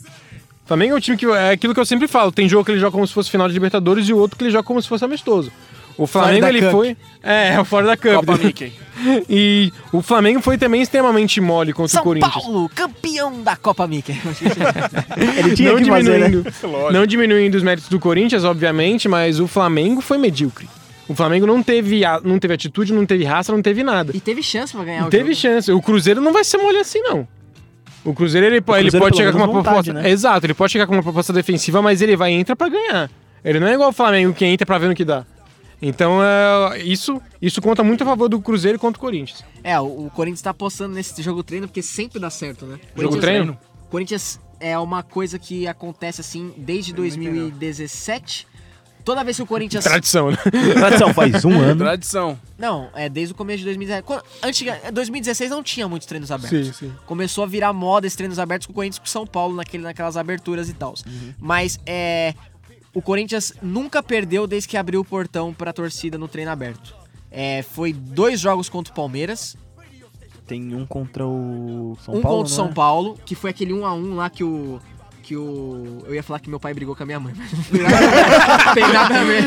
O Flamengo é um time que. É aquilo que eu sempre falo. Tem jogo que ele joga como se fosse final de Libertadores e o outro que ele joga como se fosse amistoso. O Flamengo,
Florida
ele
Cup.
foi. É, é o fora da Cup.
Copa Mickey.
(laughs) E o Flamengo foi também extremamente mole contra
São
o Corinthians.
Paulo, campeão da Copa Mickey.
Ele tinha
não
que fazer, né?
(laughs)
diminuindo, não diminuindo os méritos do Corinthians, obviamente, mas o Flamengo foi medíocre. O Flamengo não teve, a- não teve atitude, não teve raça, não teve nada.
e teve chance pra ganhar É o
teve
jogo.
chance. O Cruzeiro não vai ser mole assim, não. O Cruzeiro, ele, po- ele
Cruzeiro,
pode
pelo
chegar com uma
menos, vontade,
proposta.
né?
Exato, ele pode chegar com uma proposta defensiva, mas ele vai e entra pra ganhar. Ele não é igual o Flamengo que entra pra ver no que dá. Então, é, isso, isso conta muito a favor do Cruzeiro contra o Corinthians.
É, o, o Corinthians tá apostando nesse jogo treino porque sempre dá certo, né?
Jogo
Corinthians-
treino?
Corinthians é uma coisa que acontece assim desde 2017. Toda vez que o Corinthians.
Tradição, né?
Tradição,
(laughs)
faz um ano.
Tradição.
Não, é desde o começo de 2017. Quando, antiga, é, 2016 não tinha muitos treinos abertos.
Sim, sim.
Começou a virar moda esses treinos abertos com o Corinthians com o São Paulo naquele, naquelas aberturas e tal.
Uhum.
Mas é. O Corinthians nunca perdeu desde que abriu o portão pra torcida no treino aberto. É, foi dois jogos contra o Palmeiras,
Tem um contra o São
um
Paulo,
contra o São
né?
Paulo, que foi aquele 1 a 1 lá que o. Que o. Eu ia falar que meu pai brigou com a minha mãe, mas tem nada a ver.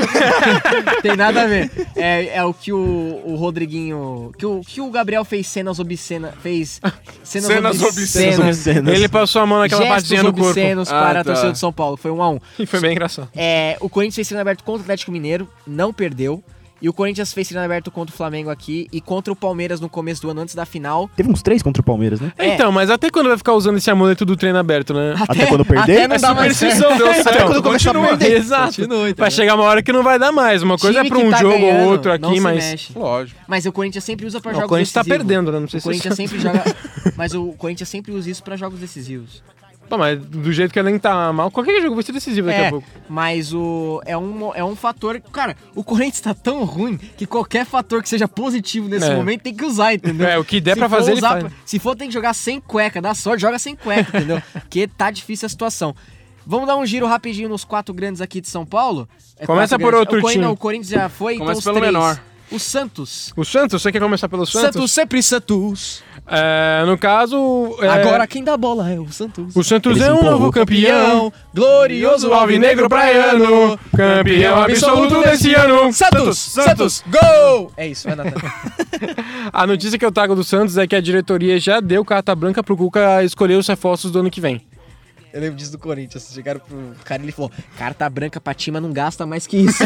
(laughs)
tem nada a ver. É, é o que o, o Rodriguinho. Que o, que o Gabriel fez cenas obscenas. Fez.
Cenas
Cenas,
Cenas
obscenas.
obscenas.
Ele passou a mão naquela
Gestos
partezinha do corpo.
obscenos
Ah,
para a
tá.
torcida do São Paulo. Foi 1 a 1
E (laughs) foi bem engraçado.
é, o Corinthians fez treino aberto contra o Atlético Mineiro, não perdeu. E o Corinthians fez treino aberto contra o Flamengo aqui e contra o Palmeiras no começo do ano, antes da final.
Teve uns três contra o Palmeiras, né?
É.
Então, mas até quando vai ficar usando esse amuleto do treino
(laughs)
aberto, né?
Até quando perder?
É
é. até não dá mais certo.
deu certo.
quando começar a
Continua.
perder.
Exato. Vai chegar uma hora que não vai dar mais. Uma coisa
Time
é pra
que
um
tá
jogo
ganhando,
ou outro
não
aqui,
se
mas.
mexe.
Lógico.
Mas o Corinthians sempre usa pra
Não,
jogos
o Corinthians tá
decisivos.
perdendo, né? Não sei
O
se você
Corinthians
sabe.
sempre joga. (laughs) Mas o Corinthians sempre usa isso pra jogos decisivos.
Pô, mas do jeito que nem tá mal, qualquer jogo vai ser decisivo daqui
É,
a pouco.
mas o. É um, é um fator. Cara, o Corinthians tá tão ruim que qualquer fator que seja positivo nesse
É.
momento tem que usar, entendeu?
É, o que der
Se
pra
for
fazer, ele
usar
faz.
pra- Se for, tem que jogar sem cueca, dá sorte, joga sem cueca,
(laughs)
entendeu? Porque tá difícil a situação. Vamos dar um giro rapidinho nos quatro grandes aqui de São Paulo. É
Começa
quatro
por
grandes.
outro
o Corin-
time.
não, O Corinthians já foi,
Começa
então os
pelo
três.
menor.
O Santos.
O Santos, você quer começar pelo Santos?
sempre Santos.
É, no caso. é,
Agora quem dá bola é o Santos.
O Santos
Ele se
é um
empolgou.
novo campeão.
glorioso
Alvinegro praiano. Campeão absoluto desse ano.
Santos, Santos, gol! É isso, vai Natan.
A notícia que eu trago do Santos é que a diretoria já deu carta branca pro Cuca escolher os reforços do ano que vem.
(laughs) Eu lembro disso do Corinthians. Chegaram pro cara e ele falou: Carta branca pra time, mas não gasta mais que isso.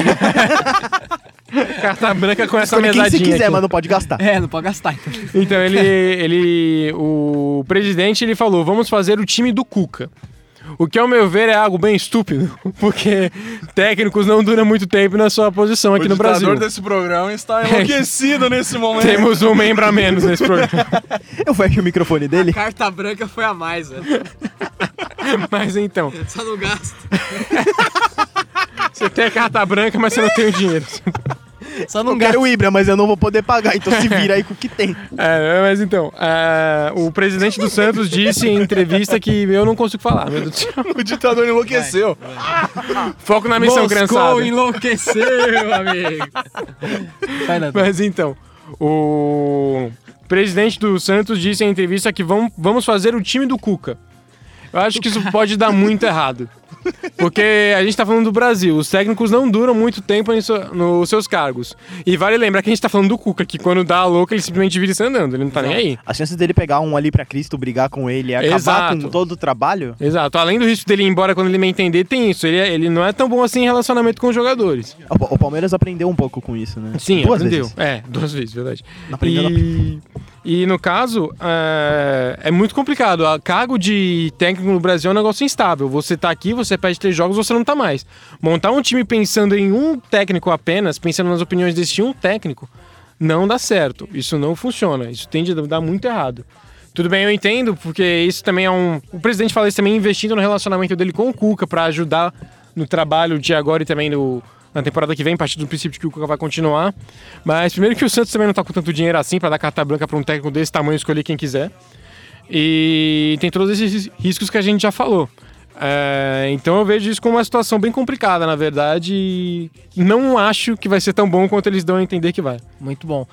Carta branca com essa
Escolhe quem
mesadinha.
se quiser,
aqui.
mas não pode
(laughs)
gastar.
é, não pode gastar. Então.
Então ele, ele, o presidente ele falou, vamos fazer o time do Cuca. O que, ao meu ver, é algo bem estúpido, (laughs) porque técnicos não duram muito tempo na sua posição aqui
o
no Brasil. É
ditador desse programa
(laughs)
está enlouquecido nesse momento.
Temos um membro a menos nesse programa. (laughs)
Eu fecho o microfone
(laughs)
dele.
Carta branca foi a mais, velho.
Mas então,
Só não gasto.
você tem a carta branca, mas você não tem o dinheiro. (laughs)
Só
Não
não gasto.
quero é o Ibra, mas eu não vou poder pagar, então se vira aí com o que tem.
É, mas então, é, o presidente do Santos disse em entrevista que eu não consigo falar. Meu Deus do céu.
O ditador enlouqueceu.
Foco na missão,
(laughs)
criançada.
enlouqueceu, amigo. Vai, Nathan.
(laughs) Mas então, o presidente do Santos disse em entrevista que vamos, vamos fazer o time do Cuca. Eu acho que isso pode dar muito errado. Porque a gente tá falando do Brasil, os técnicos não duram muito tempo em so- nos seus cargos. E vale lembrar que a gente tá falando do Cuca, que quando dá a louca ele simplesmente vira e sai andando, ele não tá nem aí.
As chances dele pegar um ali pra Cristo, brigar com ele e acabar
Exato.
com todo o trabalho.
Exato, além do risco dele ir embora quando ele me entender, tem isso. Ele, ele não é tão bom assim em relacionamento com os jogadores.
O Pa- O Palmeiras aprendeu um pouco com isso, né?
Sim,
Duas
aprendeu.
vezes.
É, duas vezes, verdade.
Não aprendeu, não
e, e no caso, é, é muito complicado. A cargo de técnico no Brasil é um negócio instável. Você tá aqui, você perde três jogos, você não tá mais. Montar um time pensando em um técnico apenas, pensando nas opiniões desse um técnico, não dá certo. Isso não funciona. Isso tende a dar muito errado. Tudo bem, eu entendo, porque isso também é um. O presidente fala isso também investindo no relacionamento dele com o Cuca pra ajudar no trabalho de agora e também no, na temporada que vem, partindo do princípio de que o Cuca vai continuar. Mas primeiro que o Santos também não tá com tanto dinheiro assim pra dar carta branca pra um técnico desse tamanho escolher quem quiser. E tem todos esses riscos que a gente já falou. É, então eu vejo isso como uma situação bem complicada, na verdade, e não acho que vai ser tão bom quanto eles dão a entender que vai.
Muito bom.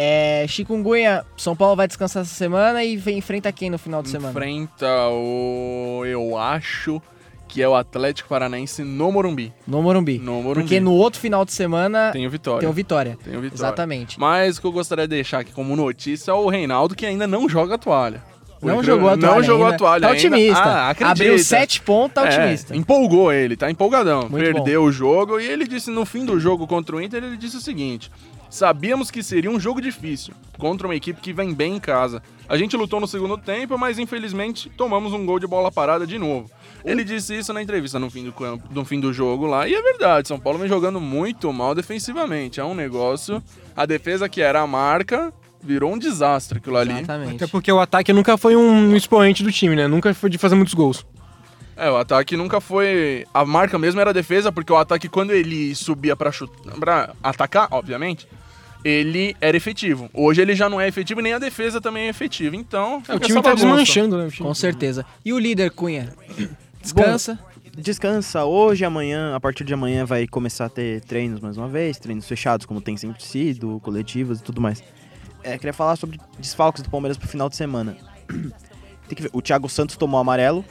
É, Chikungunya, São Paulo vai descansar essa semana e vem, enfrenta quem no final de semana?
Enfrenta o. Eu acho que é o Atlético Paranaense no Morumbi.
No Morumbi.
No Morumbi.
Porque no outro final de semana Tá. tem,
Tem o Vitória.
o Vitória.
Tem o Vitória.
Exatamente.
Mas o que eu gostaria de deixar aqui como notícia é o Reinaldo que ainda não joga a toalha. Por
Não
incrível-
jogou a toalha.
Não jogou
ainda.
a toalha.
Tá
ainda.
otimista.
Ah, acredita.
Abriu sete pontos, tá otimista.
É, empolgou ele, tá empolgadão.
Muito
Perdeu o jogo e ele disse no fim do jogo contra o Inter, ele disse o seguinte: Sabíamos que seria um jogo difícil contra uma equipe que vem bem em casa. A gente lutou no segundo tempo, mas infelizmente tomamos um gol de bola parada de novo. Ele disse isso na entrevista no fim do campo, no fim do jogo lá, e é verdade, São Paulo vem jogando muito mal defensivamente. É um negócio. A defesa que era a marca virou um desastre aquilo ali.
Exatamente.
Até porque o ataque nunca foi um expoente do time, né? Nunca foi de fazer muitos gols.
É, o ataque nunca foi. A marca mesmo era a defesa, porque o ataque, quando ele subia pra, chut... pra atacar, obviamente, ele era efetivo. Hoje ele já não é efetivo, nem a defesa também é efetiva. Então.
O
fica
time
essa
tá
bagunça.
desmanchando, né? o time?
Com certeza. E o
(coughs)
líder, Cunha? Descansa.
Descansa hoje, amanhã, a partir de amanhã vai começar a ter treinos mais uma vez, treinos fechados, como tem sempre sido, coletivas e tudo mais. É, queria falar sobre desfalques do Palmeiras pro final de semana. (clears throat) Tem que ver, o Thiago Santos tomou amarelo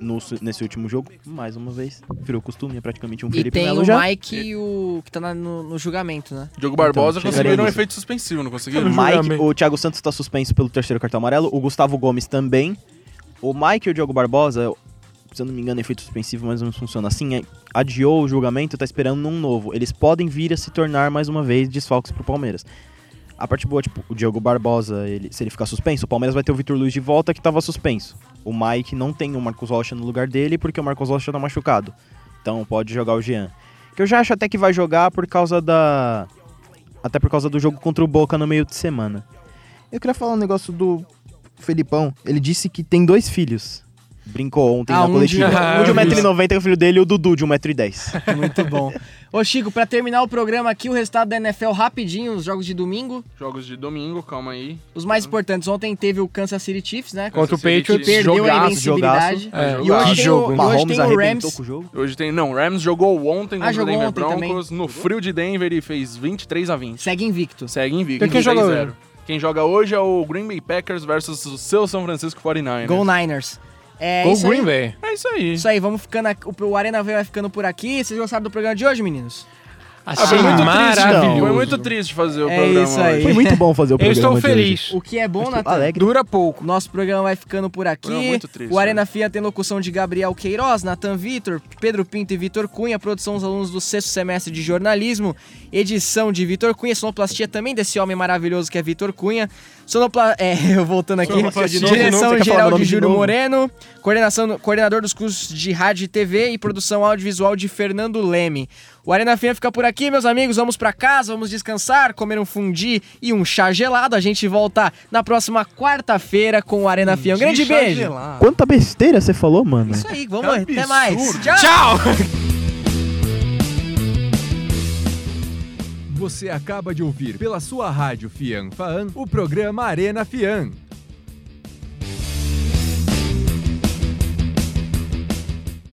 no- nesse último jogo, mais uma vez. Virou costume, é praticamente um
e
Felipe
tem
Melo
o
já.
Mike e o que tá na- no, no julgamento, né?
Diogo Barbosa
Então, Tá
conseguiram um
chegaremos.
efeito suspensivo, não conseguiram?
Mike,
julgamento.
o Thiago Santos está suspenso pelo terceiro cartão amarelo, o Gustavo Gomes também. O Mike e o Diogo Barbosa, se eu não me engano, é efeito suspensivo mais ou menos funciona assim, é, adiou o julgamento, tá esperando um novo. Eles podem vir a se tornar mais uma vez desfalques pro Palmeiras. A parte boa, tipo, o Diogo Barbosa, ele- se ele ficar suspenso, o Palmeiras vai ter o Vitor Luiz de volta que tava suspenso. O Mike não tem o Marcos Rocha no lugar dele porque o Marcos Rocha tá machucado. Então pode jogar o Jean. Que eu já acho até que vai jogar por causa da. Até por causa do jogo contra o Boca no meio de semana. Eu queria falar um negócio do Felipão. Ele disse que tem dois filhos. Brincou ontem
(laughs) Ah,
na
um
coletiva.
de-
Um de 1,90m que é o filho dele e o Dudu de
(laughs)
1,10m.
Muito bom. Ô, Chico, pra terminar o programa aqui, o resultado da NFL rapidinho, os jogos de domingo.
Jogos de domingo, calma aí.
Os mais importantes, ontem teve o Kansas City Chiefs, né?
Contra o
Kansas City
Patriots.
Perdeu a
Jogaço,
invencibilidade.
jogaço. É,
e hoje
que
tem
jogo,
o,
hein?
e Ah, hoje
Mahomes
tem o
arrebentou
Rams.
com o jogo.
Hoje tem. Não, o Rams jogou ontem contra
jogou
o Denver
ontem
Broncos no frio de Denver e fez 23 a 20.
Segue invicto.
Segue invicto.
Então quem joga
23 a
hoje?
0. Quem joga hoje é o Green Bay Packers versus o seu São Francisco 49ers.
Go Niners. É
Ou
isso
Green
aí.
Bay.
É isso aí.
Isso aí, vamos ficando. aqui- O o Arena V vai ficando por aqui. Vocês gostaram do programa de hoje, meninos?
Achei
foi muito triste.
maravilhoso.
Foi muito triste fazer o
É
programa.
isso aí.
hoje.
Foi muito bom fazer o
Eu
programa.
estou
de hoje.
feliz.
O que é bom, Natan?
alegre.
Dura pouco.
Nosso programa vai ficando por aqui.
Programa muito triste,
o Arena Fia tem locução de Gabriel Queiroz, Natan Vitor, Pedro Pinto e Vitor Cunha, produção dos alunos do sexto semestre de jornalismo, edição de Vitor Cunha, sonoplastia também desse homem maravilhoso que é Vitor Cunha. Sonopla... (laughs) É, eu voltando aqui.
Sonoplastia de novo,
Direção
você quer falar o
geral
nome
de
de
Júlio
novo?
Moreno, coordenação, do- coordenador dos cursos de rádio e TV e produção audiovisual de Fernando Leme. O Arena Fia fica por aqui, meus amigos. Vamos pra casa, vamos descansar, comer um fundi e um chá gelado. A gente volta na próxima quarta-feira com o Arena Fia. Um grande beijo.
Quanta besteira você falou, mano.
Isso aí, vamos, até mais. Tchau.
Tchau!
Você acaba de ouvir pela sua rádio Fianfaan o programa Arena Fian.